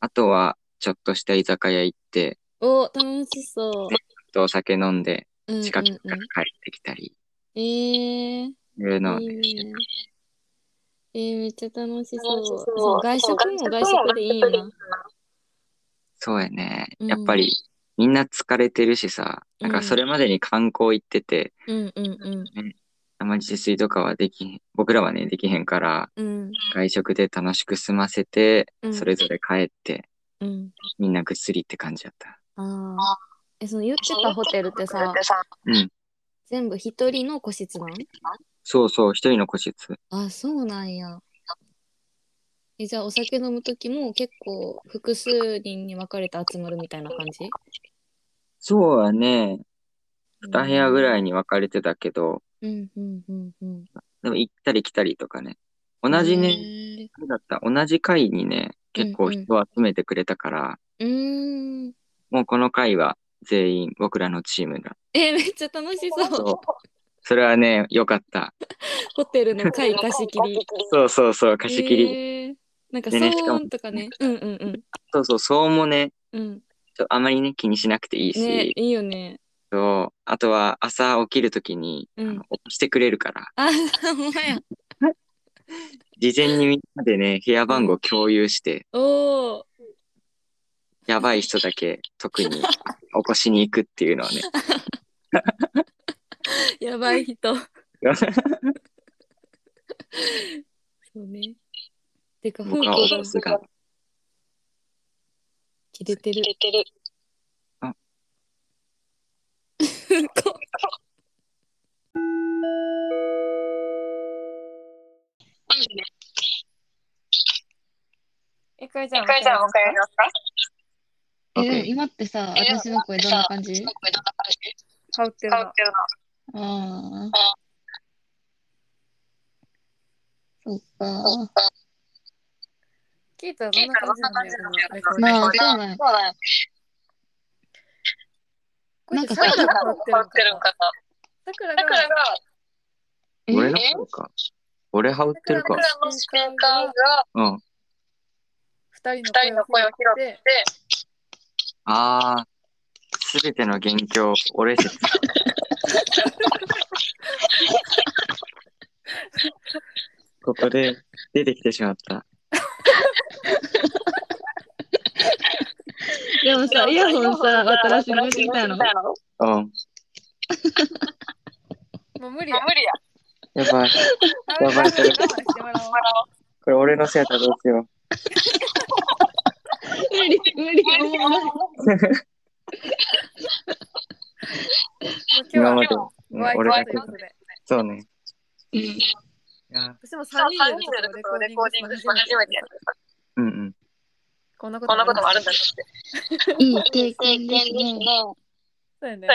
[SPEAKER 4] あとはちょっとした居酒屋行って、
[SPEAKER 2] お楽しそ
[SPEAKER 4] ちょっとお酒飲んで、
[SPEAKER 2] う、うんうんうん、
[SPEAKER 4] 近くから帰ってきたり、
[SPEAKER 2] えー、
[SPEAKER 4] そういうのを
[SPEAKER 2] い
[SPEAKER 4] ね
[SPEAKER 2] いねえー、めっちゃ楽しそうそう外食も外食でいいな
[SPEAKER 4] そうやね。
[SPEAKER 2] うん
[SPEAKER 4] やっぱり、みんな疲れてるしさ、なん
[SPEAKER 2] う
[SPEAKER 4] か
[SPEAKER 2] ん
[SPEAKER 4] それまでに観光行ってて、
[SPEAKER 2] うんうん
[SPEAKER 4] あまり自炊とかはできへん、僕らはね、できへんから、
[SPEAKER 2] うん
[SPEAKER 4] 外食で楽しく済ませて、
[SPEAKER 2] うん
[SPEAKER 4] それぞれ帰って、
[SPEAKER 2] うん
[SPEAKER 4] みんなぐっすりって感じだった。
[SPEAKER 2] ああえその言ってたホテルってさ
[SPEAKER 4] うん。
[SPEAKER 2] 全部一人の個室なん
[SPEAKER 4] そうそう、一人の個室。
[SPEAKER 2] あそうなんやえじゃあお酒飲む時も結構複数人に分かれて集まるみたいな感じ
[SPEAKER 4] そうはね、
[SPEAKER 2] 2
[SPEAKER 4] 2部屋ぐら
[SPEAKER 2] い。
[SPEAKER 4] いに分かれてたけど、
[SPEAKER 2] うんうんうんうん。
[SPEAKER 4] でも行ったり来たりとかね。同じね、
[SPEAKER 2] ね。
[SPEAKER 4] だった同じ会にね、結
[SPEAKER 2] う
[SPEAKER 4] 構
[SPEAKER 2] んうん
[SPEAKER 4] 人を集めてくれたから、
[SPEAKER 2] うーん。
[SPEAKER 4] もうこの会は全員僕らのチームだ。
[SPEAKER 2] え、 (laughs) めっちゃ楽しそう。
[SPEAKER 4] そう。それはね、良かった。
[SPEAKER 2] ホテル
[SPEAKER 4] (laughs)
[SPEAKER 2] の会貸し切り。
[SPEAKER 4] そうそうそう、貸し切り。
[SPEAKER 2] えーなんか
[SPEAKER 4] でねし
[SPEAKER 2] 騒
[SPEAKER 4] かも
[SPEAKER 2] 音とかね。うんうんうん。
[SPEAKER 4] そうそう、そうもね、
[SPEAKER 2] うん。
[SPEAKER 4] ちょあまりね、気にしなくていいし、
[SPEAKER 2] ね、いいよね。
[SPEAKER 4] そうあとは朝起きるときに、
[SPEAKER 2] うん
[SPEAKER 4] あの起こしてくれるから、
[SPEAKER 2] あ、ほんまや。
[SPEAKER 4] 事前にみんなでね、部屋番号共有して、
[SPEAKER 2] おお。
[SPEAKER 4] やばい人だけ特に起こしに行くっていうのは
[SPEAKER 2] (laughs)
[SPEAKER 4] ね、
[SPEAKER 2] やばい人。そうね。てか、風
[SPEAKER 4] 僕
[SPEAKER 2] 景
[SPEAKER 4] は
[SPEAKER 2] が
[SPEAKER 4] おすが。
[SPEAKER 2] 切れてる。
[SPEAKER 4] あ
[SPEAKER 2] こ
[SPEAKER 1] ゆかりちゃん、
[SPEAKER 6] ますか
[SPEAKER 5] え、
[SPEAKER 4] OK
[SPEAKER 5] でも今ってさ、私の声どんな感じ
[SPEAKER 1] 羽織ってるの。
[SPEAKER 5] ああ。そっか。
[SPEAKER 1] 聞いたらどんな感じなんだよ、このレコーディング
[SPEAKER 5] まあ、そうなんや
[SPEAKER 1] これ
[SPEAKER 5] な
[SPEAKER 1] っ
[SPEAKER 5] ん
[SPEAKER 1] て
[SPEAKER 5] か
[SPEAKER 1] さ
[SPEAKER 5] さ
[SPEAKER 1] くらが羽織ってるの
[SPEAKER 6] 変わってるん
[SPEAKER 1] か
[SPEAKER 6] か
[SPEAKER 1] なさ
[SPEAKER 6] な。
[SPEAKER 1] くら
[SPEAKER 6] だから
[SPEAKER 1] が
[SPEAKER 6] が、
[SPEAKER 5] え
[SPEAKER 4] 俺の方か。俺羽織ってるか
[SPEAKER 6] 僕。らのスピーカーが
[SPEAKER 4] うん。
[SPEAKER 1] 二
[SPEAKER 6] 二
[SPEAKER 1] 人
[SPEAKER 6] 人
[SPEAKER 1] の
[SPEAKER 6] の
[SPEAKER 1] 声
[SPEAKER 6] 声
[SPEAKER 1] を
[SPEAKER 6] を
[SPEAKER 1] 拾
[SPEAKER 6] 拾
[SPEAKER 1] っ
[SPEAKER 6] ってて、、
[SPEAKER 4] あー、すべての元凶、俺説。
[SPEAKER 1] (laughs)
[SPEAKER 4] ここで出てきてしまった。
[SPEAKER 5] でもさ、イヤホンさ、新しいの来たの。
[SPEAKER 4] うん。
[SPEAKER 1] もう無理や。
[SPEAKER 6] 無理や。
[SPEAKER 4] やばい。やばいそれ
[SPEAKER 1] 我慢してもらおう
[SPEAKER 4] これ俺のせいだどうしよ
[SPEAKER 5] 無理、無理、もう
[SPEAKER 1] もう
[SPEAKER 4] う。今
[SPEAKER 1] 今
[SPEAKER 4] ま
[SPEAKER 1] 日
[SPEAKER 4] で
[SPEAKER 1] は。ご愛
[SPEAKER 4] 俺
[SPEAKER 1] 嬌
[SPEAKER 4] だ
[SPEAKER 1] と
[SPEAKER 4] け
[SPEAKER 1] いうこ
[SPEAKER 4] だ
[SPEAKER 1] と。で。
[SPEAKER 4] そうね。
[SPEAKER 5] うん
[SPEAKER 4] いや、
[SPEAKER 1] 私も
[SPEAKER 6] 3
[SPEAKER 1] 三人
[SPEAKER 6] 人
[SPEAKER 1] で
[SPEAKER 6] で
[SPEAKER 1] のところ
[SPEAKER 6] レコーディング
[SPEAKER 1] す
[SPEAKER 6] し
[SPEAKER 1] る
[SPEAKER 6] て
[SPEAKER 1] 初
[SPEAKER 6] 初
[SPEAKER 1] め
[SPEAKER 6] め
[SPEAKER 1] てやる。
[SPEAKER 6] てや
[SPEAKER 4] うんうん。
[SPEAKER 1] こんなこと
[SPEAKER 6] こんなこともあるんだ
[SPEAKER 1] っ。
[SPEAKER 6] ってて。
[SPEAKER 5] いい経
[SPEAKER 6] 経
[SPEAKER 5] 験
[SPEAKER 6] 験
[SPEAKER 5] で
[SPEAKER 6] で
[SPEAKER 5] ね
[SPEAKER 6] すすね。。
[SPEAKER 1] そうやね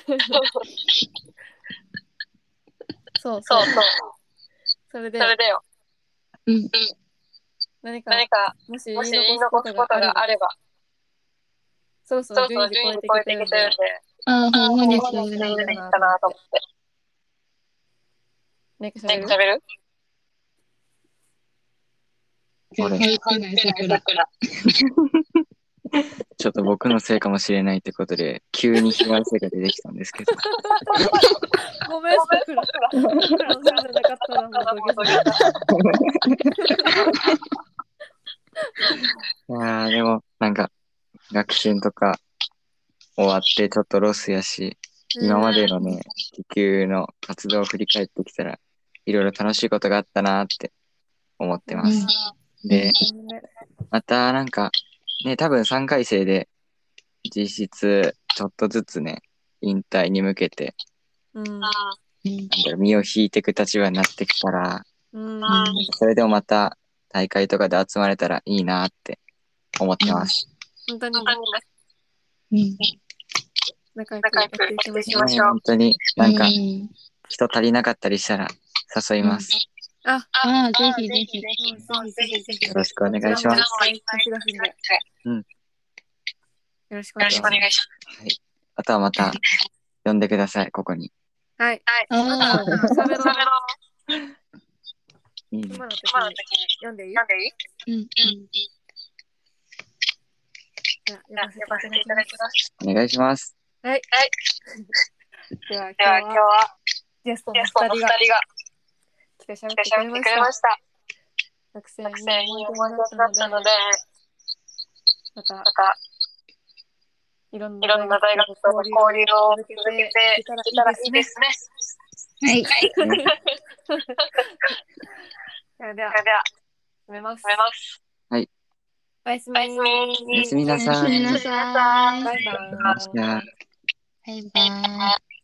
[SPEAKER 6] そ
[SPEAKER 1] そうそ
[SPEAKER 6] う。やね。そうう。そう。
[SPEAKER 1] それ
[SPEAKER 6] そ
[SPEAKER 1] で
[SPEAKER 6] れでよ。
[SPEAKER 5] うん。
[SPEAKER 1] 何か
[SPEAKER 6] 何か、
[SPEAKER 1] もし言
[SPEAKER 6] もし
[SPEAKER 1] い
[SPEAKER 6] 言い
[SPEAKER 1] 残
[SPEAKER 6] 残
[SPEAKER 1] す
[SPEAKER 6] す
[SPEAKER 1] こ
[SPEAKER 6] こと
[SPEAKER 1] が
[SPEAKER 6] とが
[SPEAKER 1] あ
[SPEAKER 6] あ
[SPEAKER 1] れ
[SPEAKER 6] れ
[SPEAKER 1] ば、
[SPEAKER 6] ば、
[SPEAKER 1] そろそ
[SPEAKER 6] そ
[SPEAKER 1] ろ
[SPEAKER 6] ろそ
[SPEAKER 1] 順
[SPEAKER 6] ろ
[SPEAKER 1] 位
[SPEAKER 6] 順位
[SPEAKER 1] 超
[SPEAKER 6] 超
[SPEAKER 1] えてきてるん
[SPEAKER 6] えてきてるん
[SPEAKER 1] で
[SPEAKER 6] で、、
[SPEAKER 5] ああ、ほんま
[SPEAKER 6] こ
[SPEAKER 5] で
[SPEAKER 6] こ
[SPEAKER 5] す
[SPEAKER 6] ま
[SPEAKER 5] よ
[SPEAKER 6] で
[SPEAKER 5] ね
[SPEAKER 6] 順。位できたなと思って。
[SPEAKER 1] 何か喋
[SPEAKER 6] 何
[SPEAKER 1] る
[SPEAKER 6] か喋る
[SPEAKER 5] 全然入ってない桜。
[SPEAKER 4] ちょっと僕のせいかもしれないってことで、急に被害性が出てきたんですけど。
[SPEAKER 1] ごめん、さくら。さくらのせいじゃなかったらもう土下座
[SPEAKER 4] いやー、でも、なんか、学習とか終わってちょっとロスやし、今までのね、地球の活動を振り返ってきたら、いろいろ楽しいことがあったなーって思ってます。で、またなんか、ね、多分3回生で、実質、ちょっとずつね、引退に向けて、
[SPEAKER 1] うん。
[SPEAKER 4] なんだろう身を引いていく立場になってきたら、
[SPEAKER 1] うん。
[SPEAKER 4] それでもまた大会とかで集まれたらいいなーって思ってます。
[SPEAKER 1] 本当に
[SPEAKER 6] 何か
[SPEAKER 5] うん。
[SPEAKER 1] 仲良く
[SPEAKER 6] 仲
[SPEAKER 1] や
[SPEAKER 6] 良
[SPEAKER 1] っ
[SPEAKER 6] くやってて
[SPEAKER 1] い
[SPEAKER 6] い
[SPEAKER 1] き
[SPEAKER 6] き
[SPEAKER 1] ま
[SPEAKER 6] ま
[SPEAKER 1] し
[SPEAKER 6] し
[SPEAKER 1] ょ
[SPEAKER 6] ょ
[SPEAKER 1] う
[SPEAKER 4] ね
[SPEAKER 6] う。
[SPEAKER 4] 本当になんか
[SPEAKER 5] う、ん
[SPEAKER 4] 人足りなかったりしたら誘います。
[SPEAKER 5] ああ、ぜひぜひ。
[SPEAKER 6] うんぜひぜひ。
[SPEAKER 4] よろしくお願いします。
[SPEAKER 1] 貸し出すんで。
[SPEAKER 4] うん
[SPEAKER 1] よろしくお
[SPEAKER 6] よ
[SPEAKER 1] 願
[SPEAKER 6] ろ
[SPEAKER 1] い
[SPEAKER 6] し
[SPEAKER 1] し
[SPEAKER 6] くお
[SPEAKER 1] ます
[SPEAKER 6] 願。いし
[SPEAKER 4] あとはまた呼んでください、ここに。
[SPEAKER 1] はい。
[SPEAKER 5] ああ、
[SPEAKER 1] 喋ろ
[SPEAKER 6] ます。
[SPEAKER 1] う
[SPEAKER 6] そ。れの
[SPEAKER 4] いいね
[SPEAKER 1] 今の時
[SPEAKER 6] 今の時
[SPEAKER 1] に
[SPEAKER 6] に
[SPEAKER 1] 読んでいい
[SPEAKER 6] 読んでいい
[SPEAKER 5] うん。うん。
[SPEAKER 1] じゃあ
[SPEAKER 6] じゃあ、
[SPEAKER 1] 読
[SPEAKER 6] 呼
[SPEAKER 1] ま
[SPEAKER 6] ば
[SPEAKER 1] せ
[SPEAKER 6] せ
[SPEAKER 1] て
[SPEAKER 6] て
[SPEAKER 1] い
[SPEAKER 6] い
[SPEAKER 1] た
[SPEAKER 6] た
[SPEAKER 1] だ
[SPEAKER 6] だ
[SPEAKER 1] きま
[SPEAKER 6] きます。
[SPEAKER 4] お願いします。
[SPEAKER 1] す。はい。
[SPEAKER 6] はい。
[SPEAKER 1] では
[SPEAKER 6] では、
[SPEAKER 1] 今日
[SPEAKER 6] 今日
[SPEAKER 1] は
[SPEAKER 6] は、
[SPEAKER 1] ゲストの
[SPEAKER 6] ゲストの
[SPEAKER 1] お
[SPEAKER 6] 二
[SPEAKER 1] 二
[SPEAKER 6] 人
[SPEAKER 1] 人
[SPEAKER 6] が
[SPEAKER 1] が来て喋っ
[SPEAKER 6] 来
[SPEAKER 1] て
[SPEAKER 6] て
[SPEAKER 1] くれまし
[SPEAKER 6] 喋ってくれま
[SPEAKER 1] た。
[SPEAKER 6] した。
[SPEAKER 1] 学生に
[SPEAKER 6] 学生に
[SPEAKER 1] 思い
[SPEAKER 6] 思い
[SPEAKER 1] 出
[SPEAKER 6] 出
[SPEAKER 1] だ
[SPEAKER 6] だ
[SPEAKER 1] っ
[SPEAKER 6] ったた
[SPEAKER 1] の
[SPEAKER 6] の
[SPEAKER 1] で
[SPEAKER 6] で、、
[SPEAKER 1] また
[SPEAKER 6] また、
[SPEAKER 1] いろん
[SPEAKER 6] いろんな大学との交流を続けていけたらいいですね。
[SPEAKER 5] はい。
[SPEAKER 1] それでは
[SPEAKER 6] それでは、
[SPEAKER 1] 締めます
[SPEAKER 6] 始。めます。
[SPEAKER 1] おやすみ。
[SPEAKER 6] おやすみ
[SPEAKER 4] おやすみな
[SPEAKER 5] おや
[SPEAKER 4] さ
[SPEAKER 5] すみ
[SPEAKER 4] い。
[SPEAKER 5] なさい。
[SPEAKER 1] バイバイ。
[SPEAKER 4] じゃあ
[SPEAKER 5] バイバイ。